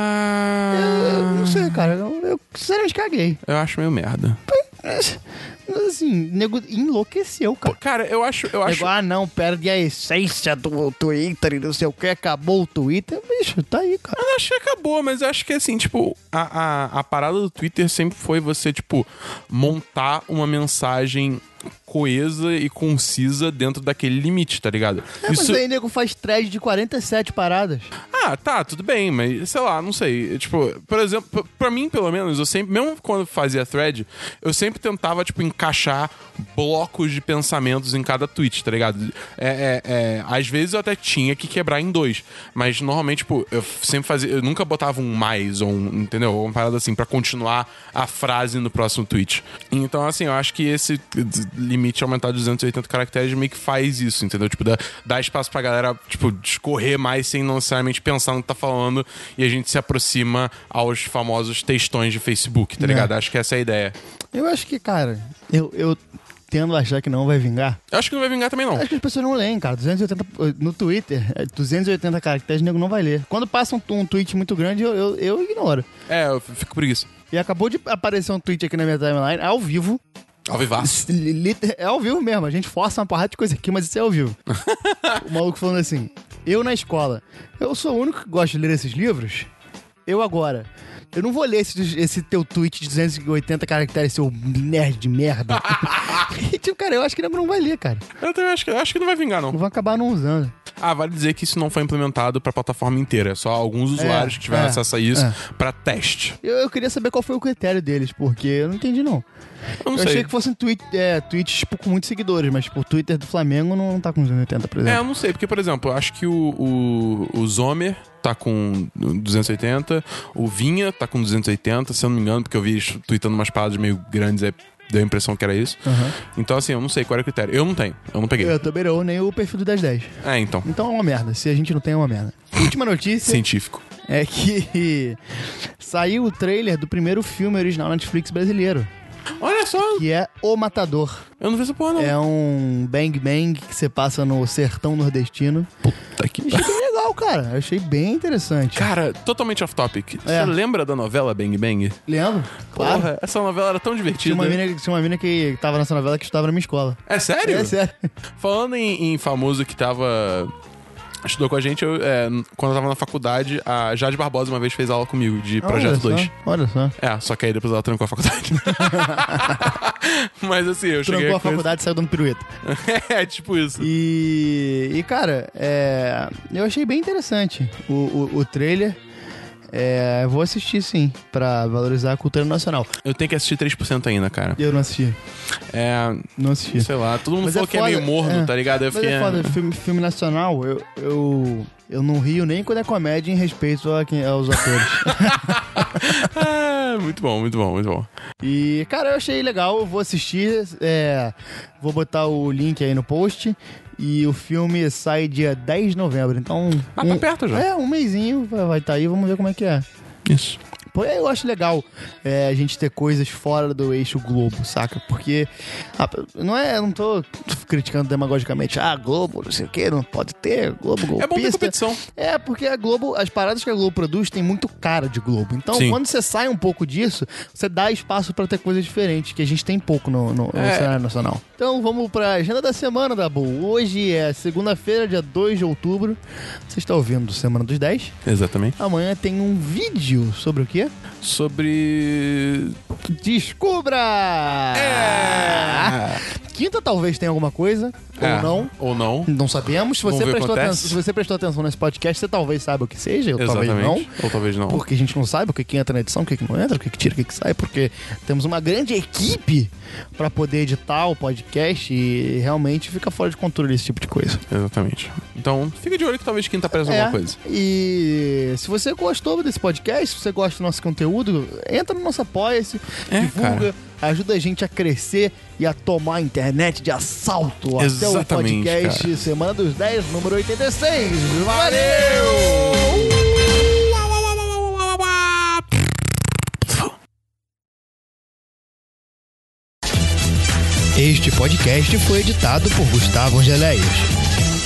S1: Eu, sei, cara. Eu, eu sinceramente caguei.
S2: Eu acho meio merda.
S1: Mas assim, nego enlouqueceu, cara.
S2: Cara, eu acho. Eu
S1: acho... ah, não, perde a essência do Twitter e não sei o que, acabou o Twitter. Bicho, tá aí, cara.
S2: Eu não acho que acabou, mas eu acho que assim, tipo, a, a, a parada do Twitter sempre foi você, tipo, montar uma mensagem coesa e concisa dentro daquele limite, tá ligado?
S1: É, mas aí nego faz thread de 47 paradas.
S2: Ah, tá, tudo bem, mas sei lá, não sei. Tipo, por exemplo, p- pra mim, pelo menos, eu sempre, mesmo quando fazia thread, eu sempre tentava, tipo, encaixar blocos de pensamentos em cada tweet, tá ligado? É, é, é, às vezes eu até tinha que quebrar em dois, mas normalmente, tipo, eu sempre fazia, eu nunca botava um mais ou um, entendeu? Uma parada assim, pra continuar a frase no próximo tweet. Então, assim, eu acho que esse limite aumentar de 280 caracteres meio que faz isso, entendeu? Tipo, dá, dá espaço pra galera, tipo, discorrer mais sem não necessariamente pensar no que tá falando e a gente se aproxima aos famosos textões de Facebook, tá
S1: É.
S2: ligado? Acho que essa é a ideia.
S1: Eu acho que, cara, eu, eu tendo a achar que não vai vingar.
S2: Eu acho que não vai vingar também, não.
S1: Acho É que as pessoas não leem, cara. 280, no Twitter, é 280 caracteres, o nego não vai ler. Quando passa um, um tweet muito grande, eu, eu, eu ignoro.
S2: É, eu fico preguiça.
S1: E acabou de aparecer um tweet aqui na minha timeline, ao vivo.
S2: Ao vivaço.
S1: Li- li- É ao vivo mesmo, a gente força uma porrada de coisa aqui, mas isso é ao vivo. o maluco falando assim: Eu na escola, eu sou o único que gosta de ler esses livros? Eu agora. Eu não vou ler esse, esse teu tweet de 280 caracteres, seu nerd de merda. e, tipo, cara, eu acho que ele não vai ler, cara.
S2: Eu também acho que, acho que não vai vingar, não.
S1: Vão acabar não usando.
S2: Ah, vale dizer que isso não foi implementado pra plataforma inteira. É só alguns usuários
S1: É,
S2: que tiveram
S1: é,
S2: acesso a isso
S1: é.
S2: pra teste.
S1: Eu, eu queria saber qual foi o critério deles, porque eu não entendi, não.
S2: Eu, não sei.
S1: achei que fossem tweet, é, tweets tipo, com muitos seguidores, mas tipo, o Twitter do Flamengo não tá com 280, por exemplo.
S2: É, eu não sei, porque, por exemplo, eu acho que o, o, o Zomer tá com 280, o Vinha tá com 280, se eu não me engano, porque eu vi eles tweetando umas paradas meio grandes, aí deu a impressão que era isso.
S1: Aham.
S2: Então, assim, eu não sei qual era o critério. Eu não tenho, eu não peguei.
S1: Eu também não, nem o perfil do 1010.
S2: É, então.
S1: Então é uma merda. Se a gente não tem, é uma merda. Última notícia.
S2: Científico.
S1: É que saiu o trailer do primeiro filme original Netflix brasileiro.
S2: Olha só!
S1: Que é O Matador.
S2: Eu não vi essa porra,
S1: não. É um bang bang que você passa no sertão nordestino.
S2: Puta que
S1: Achei bem legal, cara. Achei bem interessante.
S2: Cara, totalmente off topic.
S1: É.
S2: Você lembra da novela Bang Bang?
S1: Lembro?
S2: Porra,
S1: Claro.
S2: essa novela era tão
S1: Tinha
S2: divertida.
S1: uma, mina, tinha uma mina que tava nessa novela que estudava na minha escola.
S2: É sério?
S1: É sério.
S2: Falando em, em famoso que tava. Estudou com a gente, eu, é, quando eu tava na faculdade, a Jade Barbosa uma vez fez aula comigo de Projeto
S1: Olha só,
S2: 2.
S1: Olha só.
S2: É, só que aí depois ela trancou a faculdade. Mas assim, eu cheguei.
S1: Trancou a
S2: com esse-
S1: faculdade e saiu dando pirueta.
S2: é, tipo isso.
S1: E, e, cara, é, eu achei bem interessante o, o, o trailer. É, vou assistir sim, pra valorizar a cultura nacional.
S2: Eu tenho que assistir 3% ainda, cara.
S1: Eu não assisti.
S2: É.
S1: Não assisti.
S2: Sei lá, todo mundo
S1: Mas
S2: falou que é meio
S1: é.
S2: morno, tá ligado? Eu
S1: Mas
S2: fiquei.
S1: é foda, filme, filme nacional, eu, eu, eu não rio nem quando é comédia em respeito a quem, aos atores.
S2: Ah, muito bom, muito bom, muito bom.
S1: e, cara, eu achei legal, eu vou assistir. é, vou botar o link aí no post. E o filme sai dia 10 de novembro, então...
S2: Ah, tá perto já.
S1: É, um mêsinho vai estar aí, vamos ver como é que é.
S2: Isso.
S1: Pô, eu acho legal é, a gente ter coisas fora do eixo Globo, saca? Porque ah, não é, eu não tô criticando demagogicamente, ah, Globo, não sei o que, não pode ter, Globo, Globo.
S2: É bom ter competição.
S1: É, porque a Globo, as paradas que a Globo produz tem muito cara de Globo. Então,
S2: Sim.
S1: quando você sai um pouco disso, você dá espaço pra ter coisas diferentes, que a gente tem pouco no, no- no
S2: É.
S1: cenário nacional. Então, vamos pra agenda da semana, Dabu. Hoje é segunda-feira, dia 2 de outubro. Você está ouvindo Semana dos 10.
S2: Exatamente.
S1: Amanhã tem um vídeo sobre o quê?
S2: Sobre.
S1: Descubra!
S2: É!
S1: Ah, Quinta talvez tenha alguma coisa,
S2: É,
S1: ou não.
S2: Ou não.
S1: Não sabemos. Se
S2: Vamos
S1: você,
S2: ver o que
S1: prestou atenção,
S2: acontece.
S1: se você prestou atenção nesse podcast, você talvez saiba o que seja, ou
S2: Exatamente.
S1: talvez não.
S2: Ou talvez não.
S1: Porque a gente não sabe o que, que entra na edição, o que, que não entra, o que, que tira, o que, que sai, porque temos uma grande equipe pra poder editar o podcast e realmente fica fora de controle esse tipo de coisa.
S2: Exatamente. Então, fica de olho que talvez quinta apareça
S1: É,
S2: alguma coisa.
S1: E se você gostou desse podcast, se você gosta do nosso conteúdo, entra no nosso apoia-se,
S2: É,
S1: divulga, ajuda a gente a crescer e a tomar a internet de assalto. Até o
S2: Exatamente,
S1: podcast
S2: cara.
S1: Semana dos 10, número 86. Valeu! Este podcast foi editado por Gustavo Angeléias.